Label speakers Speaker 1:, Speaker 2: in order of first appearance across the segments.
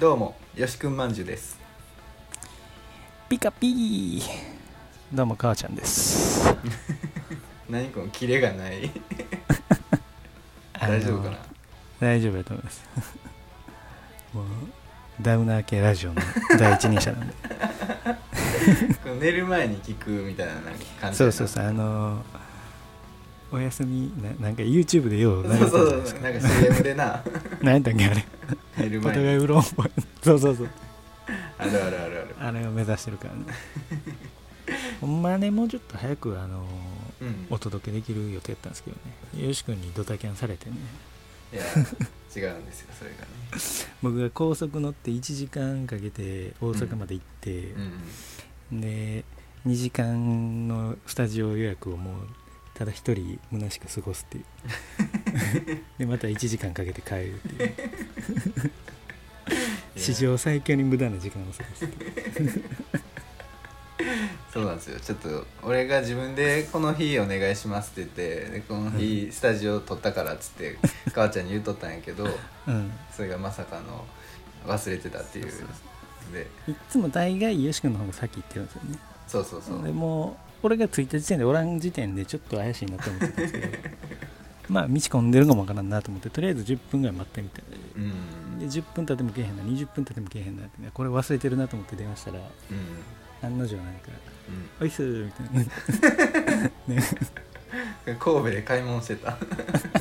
Speaker 1: どうもよしくんまんじゅうです
Speaker 2: ピカピーどうも母ちゃんです
Speaker 1: 何このキレがない 大丈夫かな
Speaker 2: 大丈夫だと思います もうダウナー系ラジオの第一人者なんで
Speaker 1: この寝る前に聞くみたいななんか感じ
Speaker 2: そうそうそう うあのーおやすみななんか YouTube でよう流
Speaker 1: そう
Speaker 2: れてるじゃ
Speaker 1: そ
Speaker 2: ないうで
Speaker 1: そ
Speaker 2: す
Speaker 1: う
Speaker 2: か
Speaker 1: なんか CM でな
Speaker 2: 何だっけあれ
Speaker 1: 寝る
Speaker 2: お
Speaker 1: 前
Speaker 2: 互
Speaker 1: に
Speaker 2: いうろんぽい そうそうそう
Speaker 1: あるあるあるある
Speaker 2: あれを目指してるからねほんまはねもうちょっと早くあのー
Speaker 1: うん
Speaker 2: お届けできる予定だったんですけどねよし君にドタキャンされてね
Speaker 1: いや違うんですよそれがね
Speaker 2: 僕が高速乗って1時間かけて大阪まで行って、
Speaker 1: うん
Speaker 2: で2時間のスタジオ予約をもうただ一人虚しく過ごす っていうでまた1時間かけて帰るっていう史上最強に無駄な時間を過ごすっていう
Speaker 1: そうなんですよちょっと俺が自分で「この日お願いします」って言ってでこの日スタジオ撮ったからっつって母ちゃんに言うとったんやけど
Speaker 2: うん
Speaker 1: それがまさかの忘れてたっていう
Speaker 2: そうそう
Speaker 1: で
Speaker 2: いつも大概よし君の方が先行ってるんですよね
Speaker 1: そうそうそう
Speaker 2: でもう俺が着いた時点でおらん時点でちょっと怪しいなと思ってたんですけ どまあ道込んでるかもわからんなと思ってとりあえず10分ぐらい待ってみた
Speaker 1: うん
Speaker 2: で10分経ってもけえへんな20分経ってもけえへんなってこれ忘れてるなと思って電話したら
Speaker 1: うん
Speaker 2: 案の定なんか
Speaker 1: うん
Speaker 2: 「おいっす」みたいな
Speaker 1: 神戸で買い物してた 確か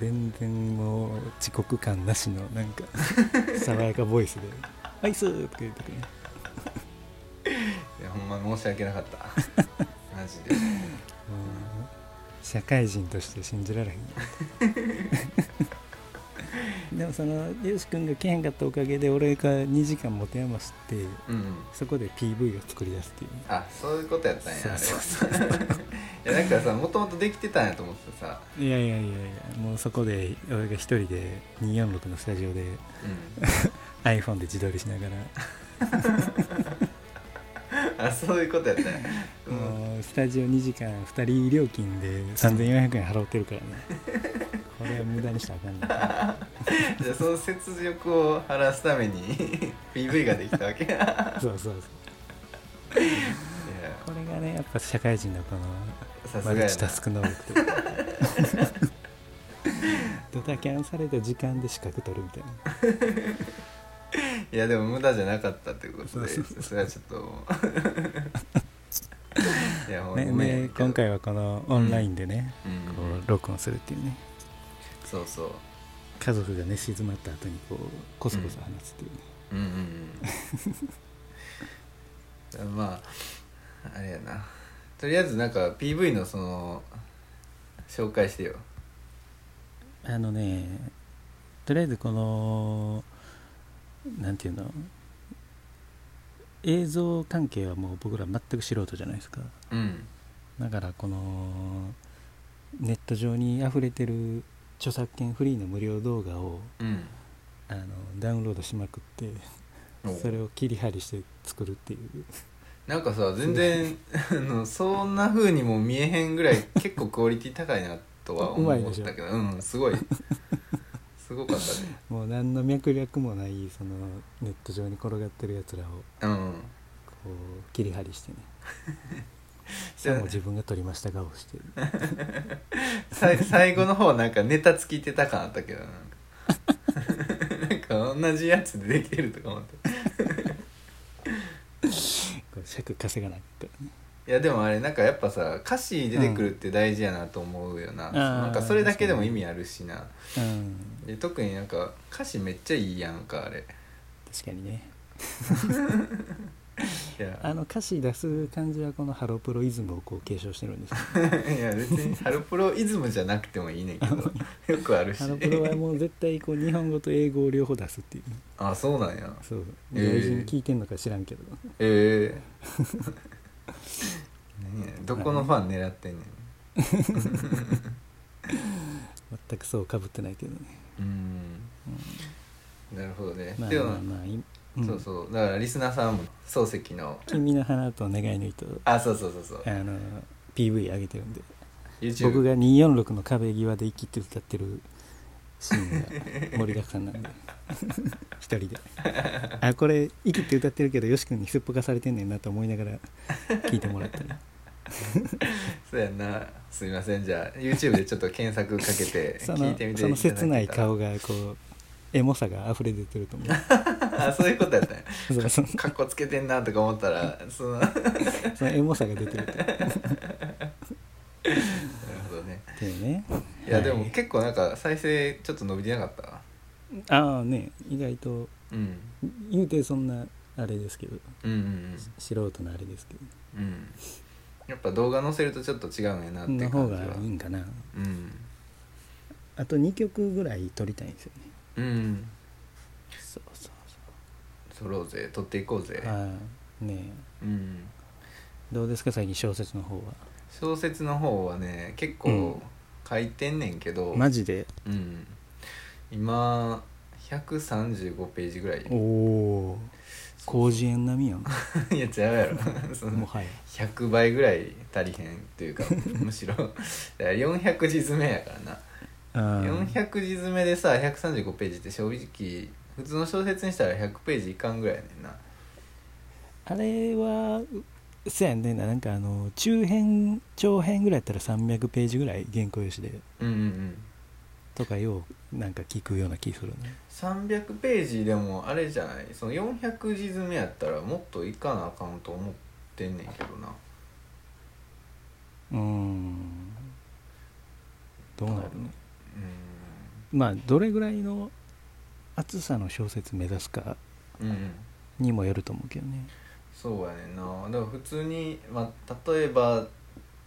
Speaker 2: 全然もう遅刻感なしのなん か爽やかボイスで「おいっす」とか言ってくる
Speaker 1: いやほんま申し訳なかったマジで
Speaker 2: もう社会人として信じら れへんでもそのよし君が来へんかったおかげで俺が2時間持て余して
Speaker 1: うん
Speaker 2: そこで PV を作り出すっていう
Speaker 1: あそういうことやったんやあれは
Speaker 2: そう
Speaker 1: いやなんかさもともとできてたんやと思ってさ、
Speaker 2: いやいやいやいやもうそこで俺が一人で246のスタジオで
Speaker 1: う
Speaker 2: iPhone で自撮りしながら、
Speaker 1: ん、あそういうことやったんや、うん
Speaker 2: もうスタジオ2時間2人料金で3400円払ってるからね これは無駄にしたらあかんな
Speaker 1: じゃあその雪辱を晴らすために PV ができたわけいや
Speaker 2: そうそうそうこれがねやっぱ社会人のこの
Speaker 1: さす
Speaker 2: マ
Speaker 1: がや
Speaker 2: ルチタス
Speaker 1: な
Speaker 2: ク能力というかドタキャンされた時間で資格取るみたいない
Speaker 1: やでも無駄じゃなかったってことで
Speaker 2: そう
Speaker 1: それはちょっ といやほんま
Speaker 2: ね
Speaker 1: ごめんやねん
Speaker 2: ね
Speaker 1: けど
Speaker 2: 今回はこのオンラインでね、
Speaker 1: うん
Speaker 2: こう録音するっていうね
Speaker 1: そうそう
Speaker 2: 家族が寝静まった後にこうこそこそ話すっていうね、
Speaker 1: うんうんうん まああれやなとりあえずなんか PV のその紹介してよ
Speaker 2: あのねとりあえずこのなんていうの映像関係はもう僕ら全く素人じゃないですか
Speaker 1: うん
Speaker 2: だからこのネット上に溢れてる著作権フリーの無料動画を
Speaker 1: うん
Speaker 2: あのダウンロードしまくって
Speaker 1: お
Speaker 2: それを切り張りして作るっていう
Speaker 1: なんかさ全然 あのそんな風にも見えへんぐらい結構クオリティ高いなとは思
Speaker 2: うまい
Speaker 1: っ
Speaker 2: でしょ
Speaker 1: たけどうんすごいすごかったね
Speaker 2: もう何の脈略もないそのネット上に転がってるやつらを
Speaker 1: うん
Speaker 2: こう切り張りしてね
Speaker 1: じ
Speaker 2: さ
Speaker 1: ゃ
Speaker 2: あ
Speaker 1: あ
Speaker 2: もう自分が撮りました顔をして
Speaker 1: さい最後の方なんかネタつきてた感あったけど なんかなんか同じやつでできてるとか思って
Speaker 2: こう尺稼がないからね
Speaker 1: いやでもあれなんかやっぱさ歌詞出てくるって大事やなと思うよな、
Speaker 2: うん
Speaker 1: なんかそれだけでも意味あるしな
Speaker 2: うん
Speaker 1: で特になんか歌詞めっちゃいいやんかあれ
Speaker 2: 確かにね
Speaker 1: いや
Speaker 2: あの歌詞出す感じはこのハロプロイズムをこう継承してるんですけ
Speaker 1: いや別にハロプロイズムじゃなくてもいいねんけ どよくあるし
Speaker 2: ど ハロプロはもう絶対こう日本語と英語を両方出すっていうね
Speaker 1: あそうなんや
Speaker 2: そう
Speaker 1: えー
Speaker 2: 大事に聞いてんのか知らんけど、
Speaker 1: ええ 何やどこのファン狙ってんねん
Speaker 2: 全くそうかぶってないけどね
Speaker 1: うんなるほどね、
Speaker 2: まあ
Speaker 1: でも、
Speaker 2: まあまあいうん
Speaker 1: そうそうだからリスナーさんも漱石の
Speaker 2: 君の花と願いの糸
Speaker 1: あそうそうそうそう
Speaker 2: あの PV 上げてるんで
Speaker 1: YouTube
Speaker 2: 僕が246の壁際で生きて歌ってるシーンが盛りだくさん なんで一人であこれ「息」って歌ってるけどよし君にすっぽかされてんねんなと思いながら聞いても らったら
Speaker 1: そうやんなすいませんじゃあ YouTube でちょっと検索かけて
Speaker 2: そ
Speaker 1: 聞いてみ
Speaker 2: の
Speaker 1: て
Speaker 2: その切ない
Speaker 1: ただ
Speaker 2: 顔がこうエモさが溢れ出てると 思う
Speaker 1: けたら あそういうことやったんや
Speaker 2: そうそう
Speaker 1: かっこつけてんなとか思ったらそのなる
Speaker 2: そのエモさが出てると思
Speaker 1: ほどね
Speaker 2: うっていうね
Speaker 1: いや
Speaker 2: はい
Speaker 1: でも結構なんか再生ちょっと伸びてなかった
Speaker 2: ああね意外と
Speaker 1: うん
Speaker 2: 言うてそんなあれですけど
Speaker 1: うんうん
Speaker 2: 素人のあれですけど
Speaker 1: うんうんやっぱ動画載せるとちょっと違うんやなって
Speaker 2: の
Speaker 1: 感
Speaker 2: 方
Speaker 1: じは
Speaker 2: がいいんかな
Speaker 1: うん
Speaker 2: あと2曲ぐらい撮りたいんですよね
Speaker 1: うん
Speaker 2: そうそうそ
Speaker 1: 撮ろうぜ撮っていこうぜ
Speaker 2: はいね
Speaker 1: うん
Speaker 2: えどうですか最近小説の方は
Speaker 1: 小説の方はね結構書いてんねんけど、
Speaker 2: マジで
Speaker 1: うん今135ページぐらい
Speaker 2: おお広辞苑並みやん
Speaker 1: いや違うや ろそ
Speaker 2: も
Speaker 1: の
Speaker 2: はや
Speaker 1: 100倍ぐらい足りへんっていうかむしろ だから400字詰めやからな
Speaker 2: あー
Speaker 1: 400字詰めでさ135ページって正直普通の小説にしたら100ページいかんぐらいやねんな
Speaker 2: あれはうそうやねんななんかあの中編長編ぐらいやったら300ページぐらい原稿用紙で
Speaker 1: うんうんうん
Speaker 2: とかようなんか聞くような気するね
Speaker 1: 300ページでもあれじゃないその400字詰めやったらもっといかなあかんと思ってんねんけどな
Speaker 2: うーんどうなるのまあどれぐらいの厚さの小説目指すか
Speaker 1: うんうんうん
Speaker 2: にもよると思うけどね
Speaker 1: そうやねんなだから普通に、まあ、例えば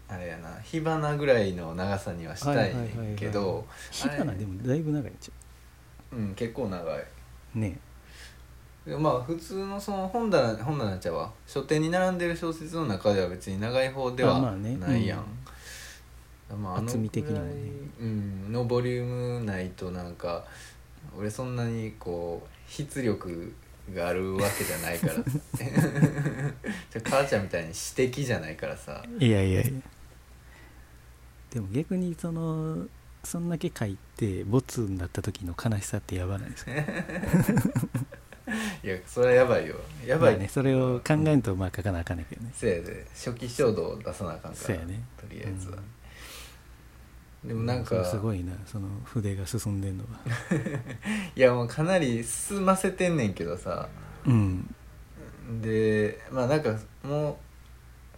Speaker 1: あれやな火花ぐらいの長さにはしたいねんけ
Speaker 2: はいはいはいは
Speaker 1: ど
Speaker 2: 火花でもだいぶ長いんちゃ
Speaker 1: うん結構長いう
Speaker 2: ね
Speaker 1: でまあ普通のその本棚本棚ちゃうわ書店に並んでる小説の中では別に長い方で
Speaker 2: あ
Speaker 1: は
Speaker 2: まあね
Speaker 1: ないやん、まああの
Speaker 2: 厚み的にもね
Speaker 1: ぐらいうんのボリュームないとなんか俺そんなにこう筆力があるわけじゃない からさじゃあ母ちゃんみたいに私的じゃないからさ
Speaker 2: いやいやいやでも逆にそのそんだけ書いてボツになった時の悲しさ ってやばないですか
Speaker 1: いやそれはやばいよやばい
Speaker 2: まあねそれを考えんとまあ書かなあかんねんけどね
Speaker 1: せやで初期衝動を出さなあかんか
Speaker 2: そう
Speaker 1: ら、
Speaker 2: やね
Speaker 1: とりあえずは、で
Speaker 2: で
Speaker 1: もなんか
Speaker 2: すごいなその筆が進んでんのは
Speaker 1: いやもうかなり進ませてんねんけどさ
Speaker 2: うん
Speaker 1: でまあなんかもう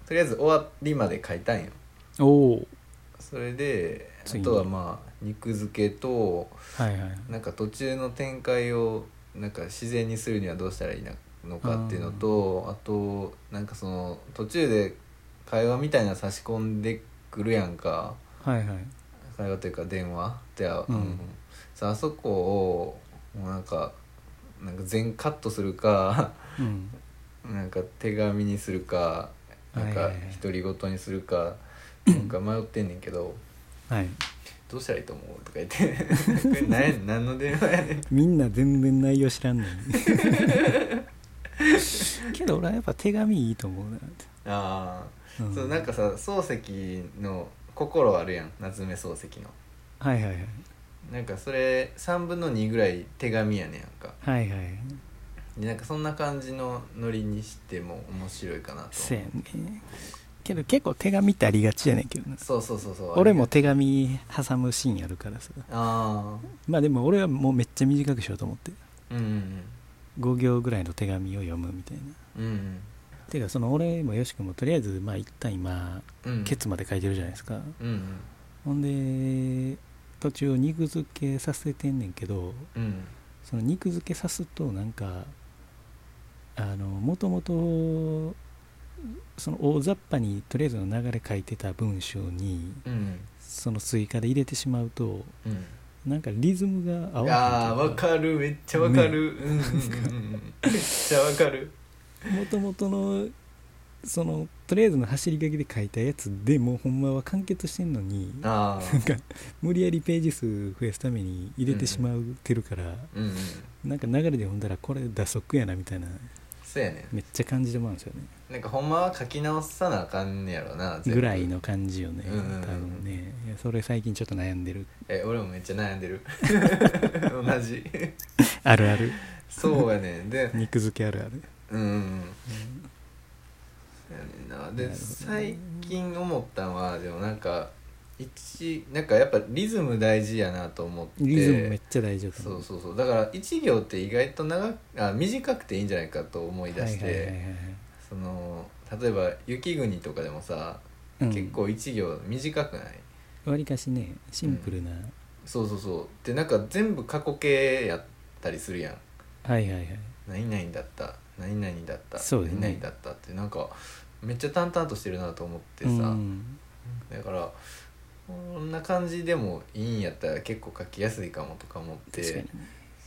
Speaker 1: とりあえず終わりまで書いたんよ
Speaker 2: おお
Speaker 1: それで
Speaker 2: つい
Speaker 1: あ
Speaker 2: に
Speaker 1: とはまあ肉付けと
Speaker 2: はいはい
Speaker 1: なんか途中の展開をなんか自然にするにはどうしたらいいのかっていうのとあとなんかその途中で会話みたいなの差し込んでくるやんか
Speaker 2: はいはい
Speaker 1: 会話というか電話じゃあ、
Speaker 2: うん
Speaker 1: さあそこをもうなんかなんか全カットするか
Speaker 2: うん
Speaker 1: なんか手紙にするかなん
Speaker 2: はい
Speaker 1: か
Speaker 2: はいはい
Speaker 1: 独り言にする かなんか迷ってんねんけど
Speaker 2: はい
Speaker 1: どうしたらいいと思うとか言って 「これ何やねん何の電話や ねん」
Speaker 2: みんな全然内容知らん ねんけど俺はやっぱ手紙いいと思うなって、
Speaker 1: あ
Speaker 2: う
Speaker 1: あ、
Speaker 2: ん
Speaker 1: そうなんかさ漱石の心あるやん夏目漱石の
Speaker 2: はいはいはい
Speaker 1: なんかそれ3分の2ぐらい手紙やねんやんか
Speaker 2: はいはい
Speaker 1: でなんかそんな感じのノリにしても面白いかなと
Speaker 2: せやねけど結構手紙ってありがちやねんけどな
Speaker 1: そうそうそうそう
Speaker 2: 俺も手紙挟むシーンやるからさ
Speaker 1: あ
Speaker 2: まあでも俺はもうめっちゃ短くしようと思って
Speaker 1: あうんうん
Speaker 2: 5行ぐらいの手紙を読むみたいな
Speaker 1: うんうん
Speaker 2: ていうかその俺もよし君もとりあえずまあ一旦今
Speaker 1: うんうん
Speaker 2: ケツまで書いてるじゃないですか、
Speaker 1: うんうん
Speaker 2: ほんで途中肉付けさせてんねんけど
Speaker 1: うん
Speaker 2: その肉付けさすとなんかあのもともとその大雑把にとりあえずの流れ書いてた文章に
Speaker 1: うん
Speaker 2: その追加で入れてしまうと
Speaker 1: うん
Speaker 2: なんかリズムが合
Speaker 1: い
Speaker 2: わ
Speaker 1: やー
Speaker 2: な
Speaker 1: わかるめっちゃわかる、うんうんうんうんめっちゃわかる
Speaker 2: いもともとのそのとりあえずの走り書きで書いたやつでもうほんまは完結してんのに
Speaker 1: あ
Speaker 2: なん
Speaker 1: あ
Speaker 2: か無理やりページ数増やすために入れてしまってるから、
Speaker 1: うんうん
Speaker 2: なんか流れで読んだらこれ打足やなみたいな
Speaker 1: そうやね
Speaker 2: めっちゃ感じてもらうんですよね
Speaker 1: なんかほんまは書き直さなあかんねやろな全部
Speaker 2: ぐらいの感じよね、
Speaker 1: うんうんうん
Speaker 2: 多分ねいやそれ最近ちょっと悩んでる
Speaker 1: え俺もめっちゃ悩ん でる同じ
Speaker 2: あるある
Speaker 1: そうやねんで
Speaker 2: 肉付けあるある
Speaker 1: うんうんうんやねんな
Speaker 2: な
Speaker 1: で
Speaker 2: るほどね
Speaker 1: 最近思ったのはでもなんか一なんかやっぱリズム大事やなと思って
Speaker 2: リズムめっちゃ大事だと
Speaker 1: そ
Speaker 2: 思
Speaker 1: う
Speaker 2: う
Speaker 1: そうそうだから1行って意外と長くあ短くていいんじゃないかと思い出
Speaker 2: は
Speaker 1: し
Speaker 2: い
Speaker 1: て、
Speaker 2: はいはいはい
Speaker 1: その例えば「雪国」とかでもさ、
Speaker 2: うん
Speaker 1: 結構1行短くない
Speaker 2: わりかしねシンプルな、
Speaker 1: そうそうそうでなんか全部過去形やったりするやん
Speaker 2: はいはいはい
Speaker 1: 何々だった何々だった
Speaker 2: そうだね
Speaker 1: 何々だったってなんかめっちゃ淡々としてるなと思ってさ、
Speaker 2: うん、
Speaker 1: だからこんな感じでもいいんやったら結構書きやすいかもとか思って
Speaker 2: 確かに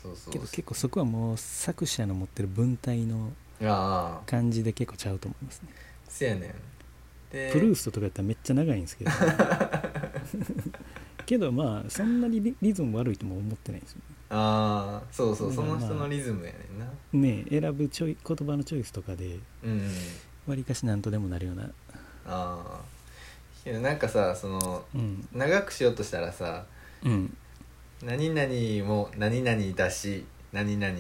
Speaker 1: そうそう
Speaker 2: けど結構そこはもう作者の持ってる文体の
Speaker 1: ああ
Speaker 2: 感じで結構ちゃうと思いますね、
Speaker 1: せやねんで
Speaker 2: プルーストとかやったらめっちゃ長いんですけどけどまあそんなにリリズム悪いとも思ってないんですよ
Speaker 1: ああそうそうそ
Speaker 2: まあま
Speaker 1: の
Speaker 2: あ
Speaker 1: 人のリズムやねんな
Speaker 2: ねねえ選ぶちょい言葉のチョイスとかで
Speaker 1: うん、うん、
Speaker 2: わりかし何とでもなるような
Speaker 1: ああけどなんかさその
Speaker 2: うん
Speaker 1: 長くしようとしたらさ
Speaker 2: うん
Speaker 1: 何々も何々だし何々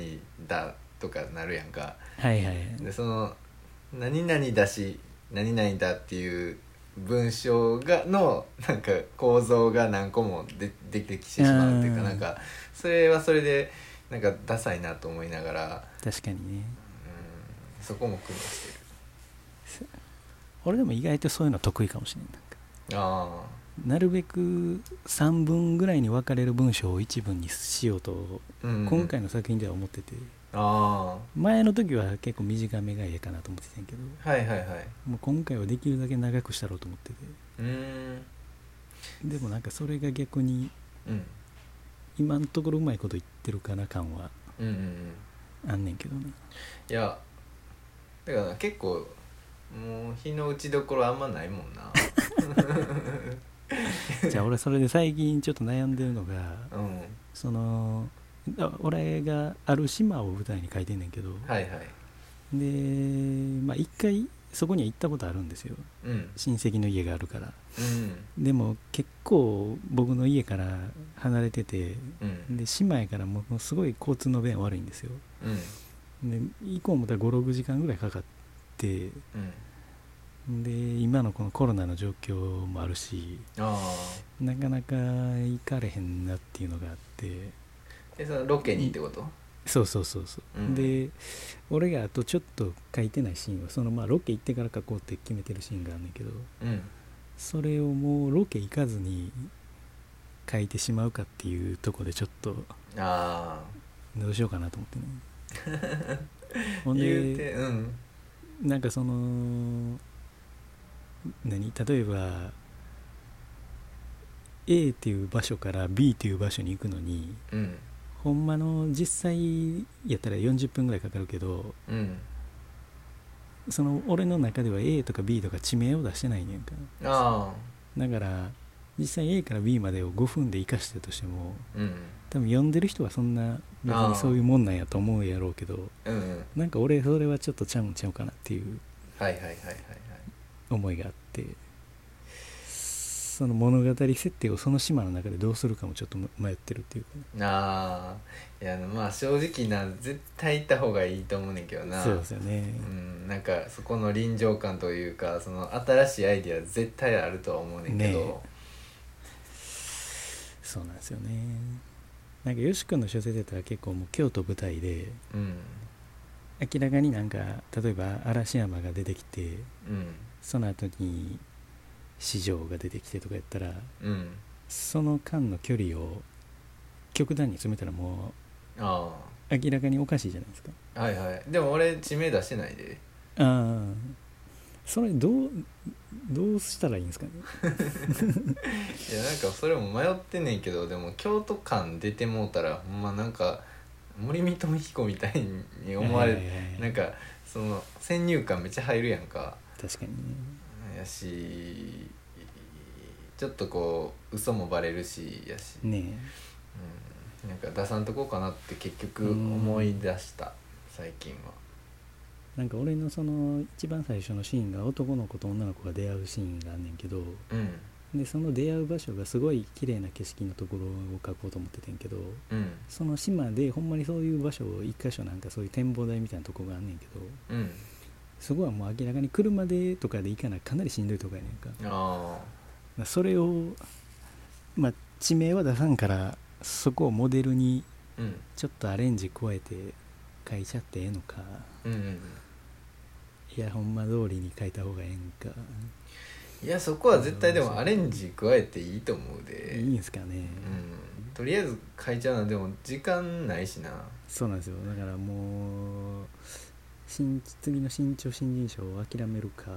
Speaker 1: だとかなるやんか
Speaker 2: はいはいはい
Speaker 1: でその何々だし何々だっていう文章がのなんか構造が何個もでできてきてしまうっていうか
Speaker 2: うん
Speaker 1: なんかそれはそれでなんかダサいなと思いながら、
Speaker 2: 確かにね
Speaker 1: うん、そこも苦労して
Speaker 2: 俺でも意外とそういうの得意かもしれないなんか
Speaker 1: るあ
Speaker 2: なるべく3文ぐらいに分かれる文章を1文にしようと
Speaker 1: あ、うんうん、
Speaker 2: 今回の作品では思ってて、
Speaker 1: あ
Speaker 2: 前の時は結構短めがいいかなと思ってたんやけど
Speaker 1: あはいはいはい
Speaker 2: もう今回はできるだけ長くしたろうと思ってて
Speaker 1: うーん
Speaker 2: でもなんかそれが逆に
Speaker 1: うん
Speaker 2: 今のところうまいこと言ってるかな感は
Speaker 1: うんうんうん
Speaker 2: あんねんけど ない
Speaker 1: やだから結構もう日の打ちどころあんまないもん な
Speaker 2: じゃあ俺それで最近ちょっと悩んでるのが
Speaker 1: うん
Speaker 2: そのあ俺がある島を舞台に書いてんねんけど、
Speaker 1: はいはい
Speaker 2: でまあ一回そこには行ったことあるんですよ
Speaker 1: うん
Speaker 2: 親戚の家があるから
Speaker 1: うん
Speaker 2: でも結構僕の家から離れてて
Speaker 1: うん
Speaker 2: で島やからものすごい交通の便悪いんですよ
Speaker 1: うん
Speaker 2: で行こう思ったら56時間ぐらいかかって
Speaker 1: うん
Speaker 2: で今のこのコロナの状況もあるし
Speaker 1: あ
Speaker 2: なかなか行かれへんなっていうのがあって
Speaker 1: あでそのロケにってこと
Speaker 2: そうそうそうそう、
Speaker 1: うん
Speaker 2: で俺があとちょっと書いてないシーンはそのまあロケ行ってから書こうって決めてるシーンがあんねんけど
Speaker 1: うん
Speaker 2: それをもうロケ行かずに書いてしまうかっていうとこでちょっと
Speaker 1: あ
Speaker 2: どうしようかなと思ってね
Speaker 1: あ
Speaker 2: ほん
Speaker 1: 言うて
Speaker 2: で
Speaker 1: うん
Speaker 2: なんかその何例えば A っていう場所から B っていう場所に行くのに
Speaker 1: うん
Speaker 2: ほんまの実際やったら40分ぐらいかかるけど
Speaker 1: うん
Speaker 2: その俺の中では A とか B とか地名を出してないねんか
Speaker 1: ああ
Speaker 2: だから実際 A から B までを5分で生かしたとしても
Speaker 1: うん
Speaker 2: 多分呼んでる人はそんな別
Speaker 1: あー
Speaker 2: にそういうもんなんやと思うやろうけど
Speaker 1: うんうん
Speaker 2: なんか俺それはちょっとちゃうんちゃうかなっていう
Speaker 1: はいはいはいはいはい
Speaker 2: 思いがあってその物語設定をその島の中でどうするかもちょっと迷ってるっていうか
Speaker 1: ああいやまあ正直な絶対行った方がいいと思うねんけどな
Speaker 2: そうですよね、
Speaker 1: うん、なんかそこの臨場感というかその新しいアイディア絶対あるとは思うねんけど、
Speaker 2: ねそうなんですよねなんかよし君の小説やったら結構もう京都舞台で
Speaker 1: うん
Speaker 2: 明らかになんか例えば嵐山が出てき
Speaker 1: う
Speaker 2: て
Speaker 1: ん
Speaker 2: その後に四条が出てきてとかやったら
Speaker 1: うん
Speaker 2: その間の距離を極端に詰めたらも
Speaker 1: あ
Speaker 2: う明らかにおかしいじゃないですか
Speaker 1: あはいはいでも俺地名出してないで
Speaker 2: ああそれどうどうしたらいいんですかね
Speaker 1: いやなんかそれも迷ってんねんけどでも京都感出てもうたらほんまなんか森見智彦みたいに思われ
Speaker 2: はいはいはいはい
Speaker 1: なんかその先入観めっちゃ入るやんか
Speaker 2: 確かにね
Speaker 1: やしちょっとこう嘘もバレるしやし、
Speaker 2: ね
Speaker 1: うんなんか出さんとこうかなって結局思い出した最近は
Speaker 2: えなんか俺のその一番最初のシーンが男の子と女の子が出会うシーンがあんねんけど
Speaker 1: うん
Speaker 2: でその出会う場所がすごい綺麗な景色のところを描こうと思っててんけど
Speaker 1: うん
Speaker 2: その島でほんまにそういう場所を一箇所なんかそういう展望台みたいなとこがあんねんけど
Speaker 1: うん
Speaker 2: そこはもう明らかに車でとかで行かなかなりしんどいとこやねんか
Speaker 1: あ
Speaker 2: まあそれをまあ地名は出さんからそこをモデルに
Speaker 1: ーうん
Speaker 2: ちょっとアレンジ加えて書いちゃってええのか
Speaker 1: うんうんうん
Speaker 2: いやほんま通りに書いた方がええんか、
Speaker 1: いやそこは絶対でもアレンジ加えていいと思うで
Speaker 2: いいんすかね、
Speaker 1: うんとりあえず書いちゃうのはでも時間ないしな
Speaker 2: そうなんですよだからもう新次の新潮新人賞を諦める か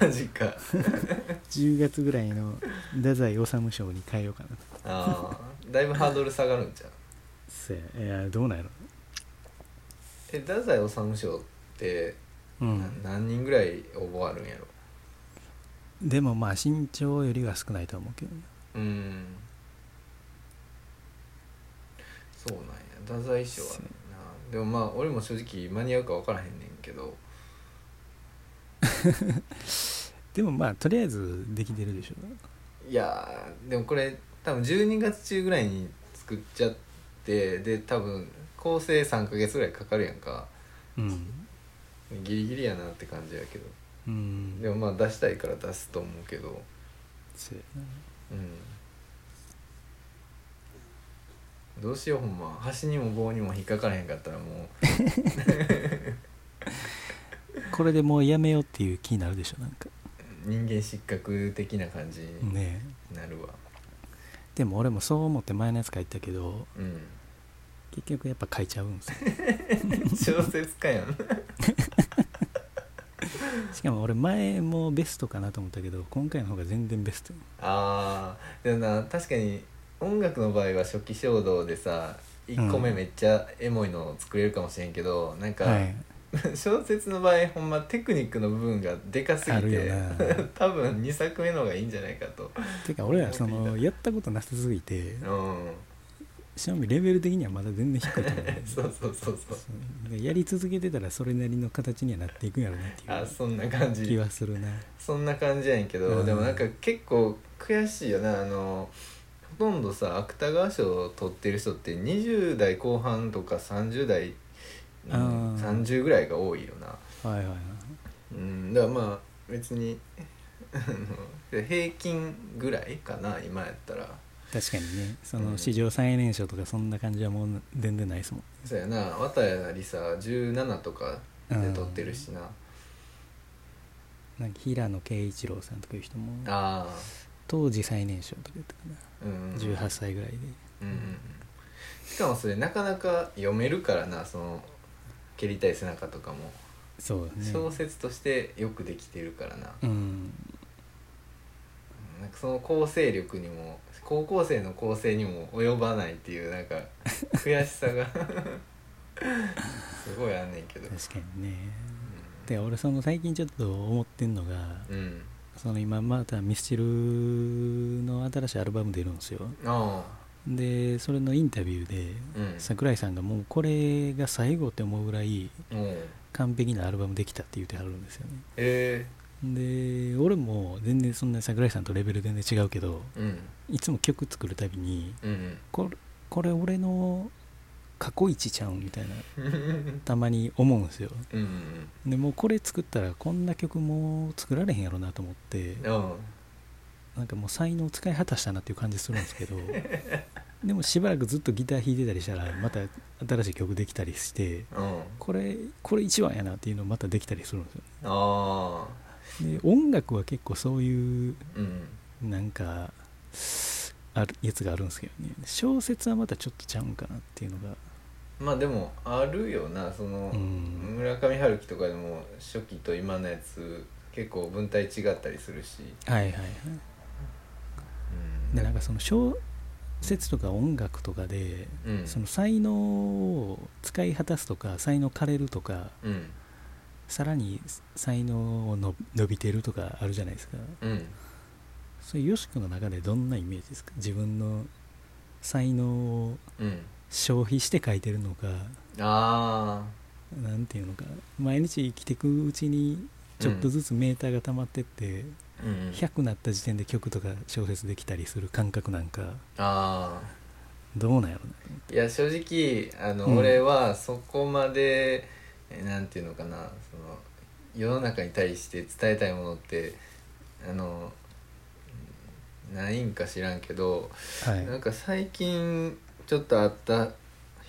Speaker 1: マジか
Speaker 2: 10月ぐらいの太宰治賞に変えようかな
Speaker 1: ああだいぶハードル下がるんちゃう
Speaker 2: せやいやどうなんやろ
Speaker 1: え太宰治賞って、
Speaker 2: うん
Speaker 1: な何人ぐらい応募あるんやろ
Speaker 2: でもまあ身長よりは少ないとは思うけどね
Speaker 1: うんそうなんや太宰賞はねんなでもまあ俺も正直間に合うか分からへんねんけど
Speaker 2: でもまあとりあえずできてるでしょ
Speaker 1: いやーでもこれ多分12月中ぐらいに作っちゃってで多分構成3ヶ月ぐらいかかるやんか
Speaker 2: うん
Speaker 1: ギリギリやなって感じやけど
Speaker 2: うん
Speaker 1: でもまあ出したいから出すと思うけど
Speaker 2: せやな
Speaker 1: うんどうしようほんま端にも棒にも引っかからへんかったらも
Speaker 2: これでもうやめようっていう気になるでしょなんか
Speaker 1: う人間失格的な感じに
Speaker 2: ね
Speaker 1: なるわ
Speaker 2: えでも俺もそう思って前のやつ書いたけど
Speaker 1: うん
Speaker 2: 結局やっぱ書いちゃうんすよ
Speaker 1: 小説家やん
Speaker 2: しかも俺前もベストかなと思ったけど今回の方が全然ベストよ
Speaker 1: あーでもな確かに音楽の場合は初期衝動でさ1個目めっちゃエモいのを作れるかもしれんけど、なんか、
Speaker 2: はい
Speaker 1: 小説の場合ほんまテクニックの部分がでかすぎ
Speaker 2: あるよ
Speaker 1: て
Speaker 2: な
Speaker 1: 多分2作目の方がいいんじゃないかと
Speaker 2: てか俺らそのやったことなさすぎて
Speaker 1: うん
Speaker 2: 正味レベル的にはまだ全然低いと思う
Speaker 1: そうそうそうそう
Speaker 2: そうでやり続けてたらそれなりの形にはなっていくんやろな
Speaker 1: あ
Speaker 2: って
Speaker 1: そんな感
Speaker 2: いう気
Speaker 1: じ
Speaker 2: はするな
Speaker 1: そんな感じやんけど、
Speaker 2: うん
Speaker 1: でもなんか結構悔しいよなあのほとんどさ芥川賞を取ってる人って20代後半とか30代、う
Speaker 2: あ
Speaker 1: ん、
Speaker 2: ー
Speaker 1: 30ぐらいが多いよな
Speaker 2: はいはいはい
Speaker 1: うんだからまあ別にあの平均ぐらいかな今やったら
Speaker 2: 確かにねそ
Speaker 1: うん
Speaker 2: の史上最年少とかそんな感じはもう全然ないですもん
Speaker 1: そうやな綿谷りさ17とかで取ってるしな、
Speaker 2: なんか平野啓一郎さんとかいう人も
Speaker 1: ああ
Speaker 2: 当時最年少とかやったか
Speaker 1: うん
Speaker 2: な18歳ぐらいで
Speaker 1: うんうんうんしかもそれなかなか読めるからなその蹴りたい背中とかも、
Speaker 2: そうね
Speaker 1: 小説としてよくできてるからな,、
Speaker 2: うん
Speaker 1: なんかその構成力にも高校生の構成にも及ばないっていうなんか悔しさがすごいあんねんけど
Speaker 2: 確かにねで俺その最近ちょっと思ってんのが
Speaker 1: うん、うん、
Speaker 2: その今またミスチルの新しいアルバム出るんですよ
Speaker 1: あ
Speaker 2: でそれのインタビューで
Speaker 1: あうん
Speaker 2: 桜井さんがもうこれが最後って思うぐらい
Speaker 1: うん
Speaker 2: 完璧なアルバムできたって言ってはるんですよね
Speaker 1: え
Speaker 2: で俺も全然そんな桜井さんとレベル全然違うけど
Speaker 1: ー、うん
Speaker 2: いつも曲作るたびに
Speaker 1: うん
Speaker 2: これこれ俺の過去一ちゃうんみたいな
Speaker 1: うん
Speaker 2: たまに思うんですよ
Speaker 1: うんうん
Speaker 2: でもうこれ作ったらこんな曲もう作られへんやろなと思って
Speaker 1: うん
Speaker 2: なんかもう才能を使い果たしたなっていう感じするんですけどでもしばらくずっとギター弾いてたりしたらまた新しい曲できたりして
Speaker 1: うん
Speaker 2: これこれ一番やなっていうのをまたできたりするんですよ
Speaker 1: ああ
Speaker 2: で音楽は結構そういう
Speaker 1: うん
Speaker 2: なんかあるやつがあるんですけどね小説はまたちょっとちゃうんかなっていうのが
Speaker 1: まあでもあるよなその、
Speaker 2: うん
Speaker 1: 村上春樹とかでも初期と今のやつ結構文体違ったりするし、
Speaker 2: はいはいはい
Speaker 1: うん、
Speaker 2: でなんかその小説とか音楽とかで
Speaker 1: うん
Speaker 2: その才能を使い果たすとか才能枯れるとか
Speaker 1: うん
Speaker 2: さらに才能をの伸びてるとかあるじゃないですか
Speaker 1: うん
Speaker 2: それよし君の中でどんなイメージですか自分の才能を
Speaker 1: うん
Speaker 2: 消費して書いてるのか
Speaker 1: あ
Speaker 2: なんていうのか毎日生きてくうちにちょっとずつメーターが溜まってって、
Speaker 1: うん、
Speaker 2: 100なった時点で曲とか小説できたりする感覚なんか
Speaker 1: あ
Speaker 2: どうなんやろね
Speaker 1: あいや正直あの、
Speaker 2: うん
Speaker 1: 俺はそこまでえなんていうのかなその世の中に対して伝えたいものってあのないんか知らんけど、
Speaker 2: はい
Speaker 1: なんか最近ちょっと会った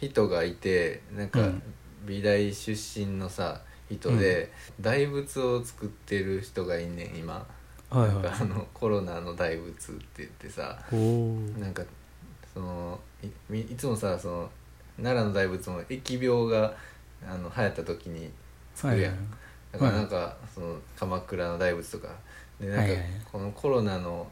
Speaker 1: 人がいてなん
Speaker 2: う
Speaker 1: か
Speaker 2: ん
Speaker 1: 美大出身のさ人で、大仏を作ってる人がいんねん今、
Speaker 2: はい
Speaker 1: なんかあ
Speaker 2: は
Speaker 1: のコロナの大仏って言ってさ、
Speaker 2: いおおー
Speaker 1: なんかそのいみいつもさその奈良の大仏も疫病があの流行った時に
Speaker 2: は
Speaker 1: 作
Speaker 2: い
Speaker 1: る
Speaker 2: は
Speaker 1: や
Speaker 2: い
Speaker 1: ん、だからなんか、その鎌倉の大仏とかでなん
Speaker 2: はい
Speaker 1: か
Speaker 2: はいはい
Speaker 1: このコロナの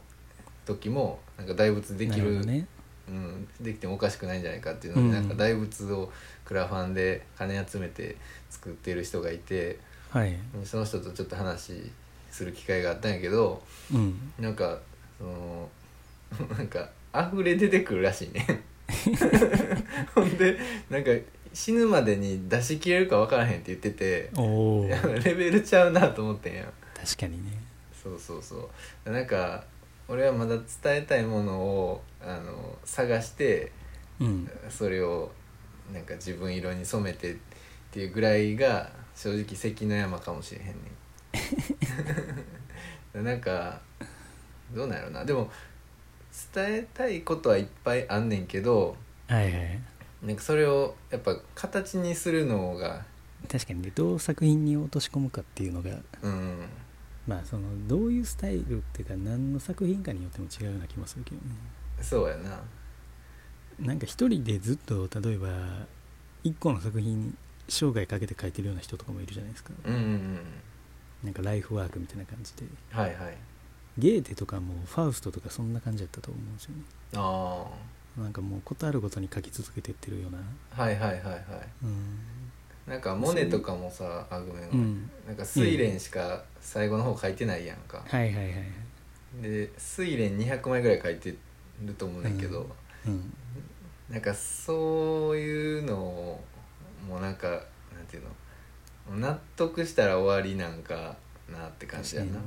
Speaker 1: 時もなんか大仏でき
Speaker 2: な
Speaker 1: る
Speaker 2: ほどね
Speaker 1: うん、できてもおかしくないんじゃないかっていうので、
Speaker 2: うん
Speaker 1: なんか大仏をクラファンで金集めて作ってる人がいて
Speaker 2: はい
Speaker 1: その人とちょっと話する機会があったんやけど
Speaker 2: うん
Speaker 1: なんかその なんか溢れ出てくるらしいね ほんでなんか死ぬまでに出し切れるか分からへんって言ってて
Speaker 2: おお
Speaker 1: いやレベルちゃうなと思ってんやん
Speaker 2: 確かにね
Speaker 1: そうそうそうなんか俺はまだ伝えたいものをあの探して
Speaker 2: うん
Speaker 1: それをなんか自分色に染めてっていうぐらいが正直関の山かもしれへんねんなんかどうなんやろなでも伝えたいことはいっぱいあんねんけど
Speaker 2: はいはい
Speaker 1: なんかそれをやっぱ形にするのが
Speaker 2: 確かにねどう作品に落とし込むかっていうのが
Speaker 1: うん
Speaker 2: まあそのどういうスタイルっていうか何の作品かによっても違うような気もするけどね
Speaker 1: そうやな
Speaker 2: なんか一人でずっと例えば一個の作品に生涯かけて書いてるような人とかもいるじゃないですか
Speaker 1: うんうんうん
Speaker 2: なんかライフワークみたいな感じで
Speaker 1: はいはい
Speaker 2: ゲーテとかもファウストとかそんな感じだったと思うんですよね
Speaker 1: あ
Speaker 2: なんかもうことあるごとに書き続けてってるような
Speaker 1: あはいはいはいは
Speaker 2: うん、
Speaker 1: いなんかモネとかもさあごめん、
Speaker 2: うん、
Speaker 1: なんか睡蓮しか最後の方書いてないやんか、
Speaker 2: はいはいはいはい
Speaker 1: で睡蓮200枚ぐらい書いてると思うねんけど、
Speaker 2: うん
Speaker 1: なんかそういうのをもうなんかなんていうの納得したら終わりなんかなって感じやな、
Speaker 2: 確か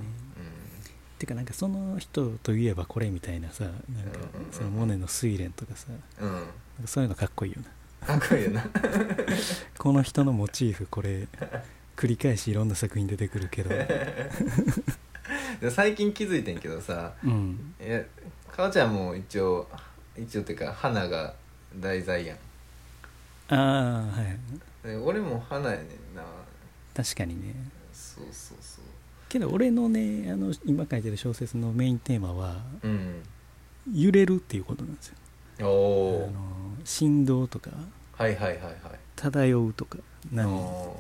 Speaker 2: てかなんかその人といえばこれみたいなさなんか
Speaker 1: うんうんうん
Speaker 2: そのモネの「睡蓮」とかさなん
Speaker 1: うん、うん、
Speaker 2: かそういうのかっこいいよな
Speaker 1: かっこいいよな
Speaker 2: この人のモチーフこれ繰り返しいろんな作品出てくる けど
Speaker 1: で最近気づいてんけどさ
Speaker 2: うん
Speaker 1: いや母ちゃんも一応一応っていうか花が題材やん
Speaker 2: ああはい
Speaker 1: で俺も花やねんな
Speaker 2: 確かにね
Speaker 1: そうそうそ
Speaker 2: けど俺のねあの今書いてる小説のメインテーマは
Speaker 1: ううん
Speaker 2: 揺れるっていうことなんですよ
Speaker 1: お
Speaker 2: あ
Speaker 1: お
Speaker 2: の振動とか
Speaker 1: はいはいはいはい
Speaker 2: 漂うとか波、
Speaker 1: お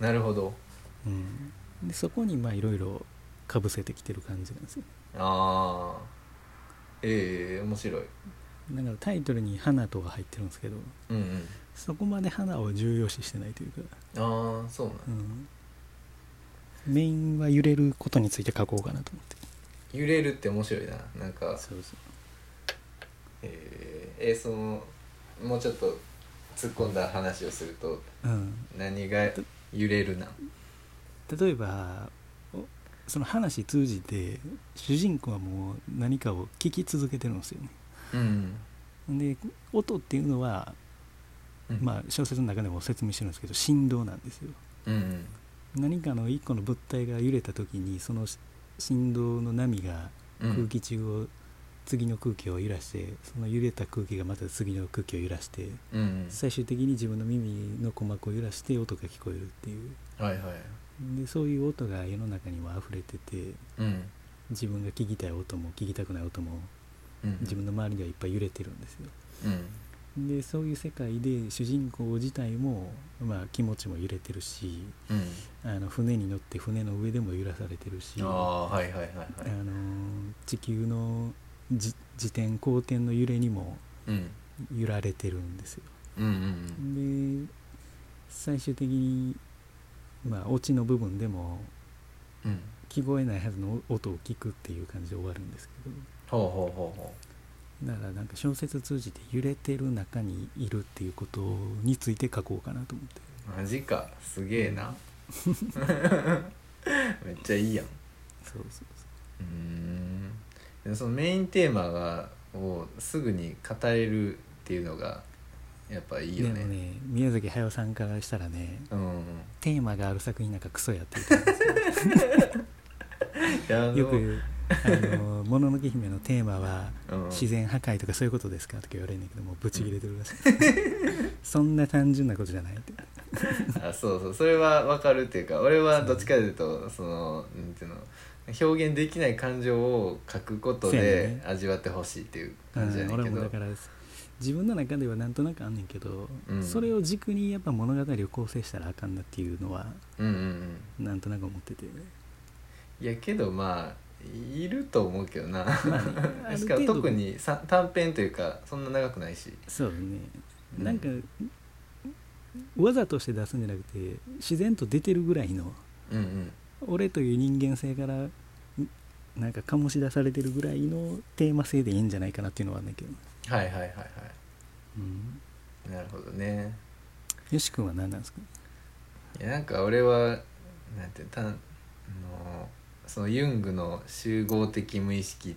Speaker 1: ーなるほど
Speaker 2: うん、でそこにまあいろいろかぶせてきてる感じなんですよ
Speaker 1: ああええ面白い
Speaker 2: だからタイトルに「花」とか入ってるんですけど
Speaker 1: うんうん
Speaker 2: そこまで花を重要視してないというか、
Speaker 1: ああそうなん
Speaker 2: うん、メインは揺れることについて書こうかなと思って
Speaker 1: 揺れるって面白いななんか
Speaker 2: そうそう
Speaker 1: えー、えーそのもうちょっと突っ込んだ話をすると
Speaker 2: うん、
Speaker 1: 何が揺れるな
Speaker 2: 例えばおその話通じて主人公はもう何かを聞き続けてるんですよね
Speaker 1: うん
Speaker 2: で音っていうのは、
Speaker 1: うん
Speaker 2: まあ、小説の中でも説明してるんですけど振動なんですよ
Speaker 1: うん
Speaker 2: 何かの一個の物体が揺れた時にそのし振動の波が
Speaker 1: うん
Speaker 2: 空気中を、次の空気を揺らしてその揺れた空気がまた次の空気を揺らして
Speaker 1: うんうん
Speaker 2: 最終的に自分の耳の鼓膜を揺らして音が聞こえるっていう
Speaker 1: はいはい
Speaker 2: でそういう音が世の中には溢れてて
Speaker 1: うん
Speaker 2: 自分が聞きたい音も聞きたくない音も
Speaker 1: うん
Speaker 2: 自分の周りではいっぱい揺れてるんですよ
Speaker 1: うん
Speaker 2: でそういう世界で主人公自体も、まあ、気持ちも揺れてるし
Speaker 1: うん
Speaker 2: あの船に乗って船の上でも揺らされてるし
Speaker 1: ああはいはいはいは
Speaker 2: あ
Speaker 1: い
Speaker 2: の地球のじ自転公転の揺れにも
Speaker 1: うん
Speaker 2: 揺られてるんですよ
Speaker 1: うんうん
Speaker 2: で最終的にまあオチの部分でも
Speaker 1: うんうん
Speaker 2: 聞こえないはずの音を聞くっていう感じで終わるんですけど
Speaker 1: ほうほうほうほ
Speaker 2: だからなんか小説通じて揺れてる中にいるっていうことについて書こうかなと思って
Speaker 1: マジかすげえなめっちゃいいやんう
Speaker 2: そうそうそ
Speaker 1: ーんでそのメインテーマがをすぐに語れるっていうのがやっぱいいうよ
Speaker 2: で
Speaker 1: ね
Speaker 2: もね宮崎駿さんからしたらね
Speaker 1: うん
Speaker 2: テーマがある作品なんかクソやって言って ます
Speaker 1: いやあの
Speaker 2: よく「あのもののけ姫」のテーマは
Speaker 1: うん
Speaker 2: 自然破壊とかそういうことですかとか言われるんだけどもうブチ切れて るらしいそんな単純なことじゃないって
Speaker 1: あそうそうそれはわかるっていうか俺はどっちかというとそのなんていうの表現できない感情を書くこと
Speaker 2: そうや
Speaker 1: で
Speaker 2: ね
Speaker 1: 味わってほしいっていう
Speaker 2: う
Speaker 1: 感じや
Speaker 2: ん
Speaker 1: ねん
Speaker 2: 俺
Speaker 1: けど、
Speaker 2: もだから自分の中ではなんとなくあんねんけど、
Speaker 1: うん
Speaker 2: それを軸にやっぱ物語を構成したらあかんなっていうのは
Speaker 1: うんうんうん
Speaker 2: なんとなく思ってて、
Speaker 1: いやけどまあいると思うけどな、
Speaker 2: ある程度
Speaker 1: しかも特にさ短編というかそんな長くないし
Speaker 2: そうね
Speaker 1: うん
Speaker 2: なんか、わざとして出すんじゃなくて自然と出てるぐらいの
Speaker 1: うんうん
Speaker 2: 俺という人間性からんなんか醸し出されてるぐらいのテーマ性でいいんじゃないかなっていうのはあるんだけど、
Speaker 1: はいはいはいは
Speaker 2: うん、
Speaker 1: いなるほどね
Speaker 2: よし君は何なんですか
Speaker 1: いやなんか俺はなんていうのたあのそのユングの集合的無意識っ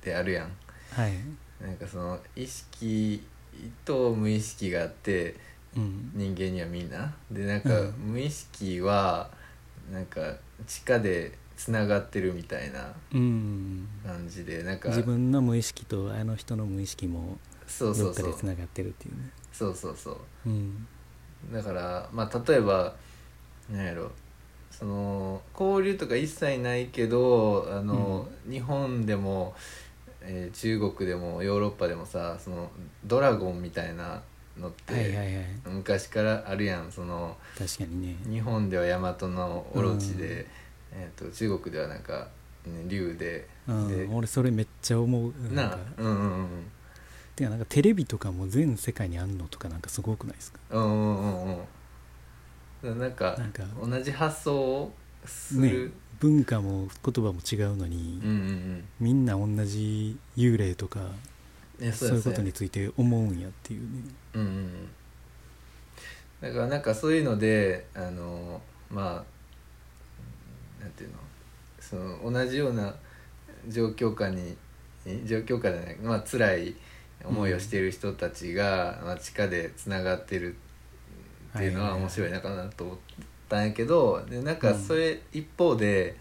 Speaker 1: てあるやん
Speaker 2: はい、
Speaker 1: なんかその意識と無意識があって
Speaker 2: うん、
Speaker 1: 人間にはみんなでなんか
Speaker 2: うん
Speaker 1: 無意識はなんか地下でつながってるみたいな
Speaker 2: うん
Speaker 1: 感じでなんか
Speaker 2: 自分の無意識とあの人の無意識も
Speaker 1: そうそ
Speaker 2: ど
Speaker 1: う
Speaker 2: っか
Speaker 1: そ
Speaker 2: で
Speaker 1: う
Speaker 2: つながってるっていうね
Speaker 1: そうそうそう
Speaker 2: うん
Speaker 1: だからまあ例えばなんやろその交流とか一切ないけどあの、日本でも、えー中国でもヨーロッパでもさそのドラゴンみたいなのって、
Speaker 2: はいはいはい
Speaker 1: 昔からあるやんその
Speaker 2: 確かにね
Speaker 1: 日本では大和のオロチで、えー、と中国ではなんか、ね、竜で、
Speaker 2: うん、
Speaker 1: で
Speaker 2: 俺それめっちゃ思うなん
Speaker 1: な
Speaker 2: か
Speaker 1: あうんうんうん
Speaker 2: てかなんかテレビとかも全世界にあんのとかなんかすごくないですか
Speaker 1: うんうんうんうんなんか
Speaker 2: なんか
Speaker 1: 同じ発想をす
Speaker 2: ね
Speaker 1: る、
Speaker 2: 文化も言葉も違うのに、
Speaker 1: うんうん
Speaker 2: みんな同じ幽霊とか
Speaker 1: うんいやそ
Speaker 2: そ
Speaker 1: うう
Speaker 2: い
Speaker 1: や
Speaker 2: うこ
Speaker 1: そう
Speaker 2: と
Speaker 1: や
Speaker 2: について思うんやっていうね
Speaker 1: うんうんうんだからなんかそういうのであのまあなんていうのその同じような状況下にえ状況下じゃないまあ辛い思いをしている人たちが、まあ、地下でつながってるっていうのは面白い
Speaker 2: ね
Speaker 1: なかなと思ったんやけどでなんかそれ一方で、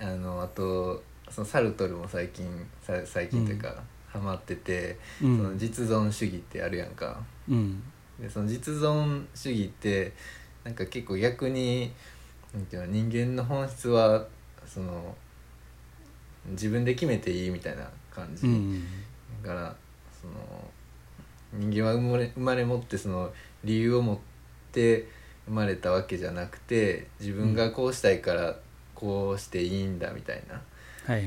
Speaker 1: あのあとそのサルトルも最近さ最近というか、ハマってて、
Speaker 2: う
Speaker 1: その
Speaker 2: ん
Speaker 1: 実存主義ってあるやんか
Speaker 2: うん
Speaker 1: でその実存主義ってなんか結構逆になんていうの人間の本質はその自分で決めていいみたいな感じ、
Speaker 2: うん
Speaker 1: だからその人間は生まれ生まれ持ってその理由を持って生まれたわけじゃなくて自分がこうしたいからこうしていいんだみたいな、
Speaker 2: はいはい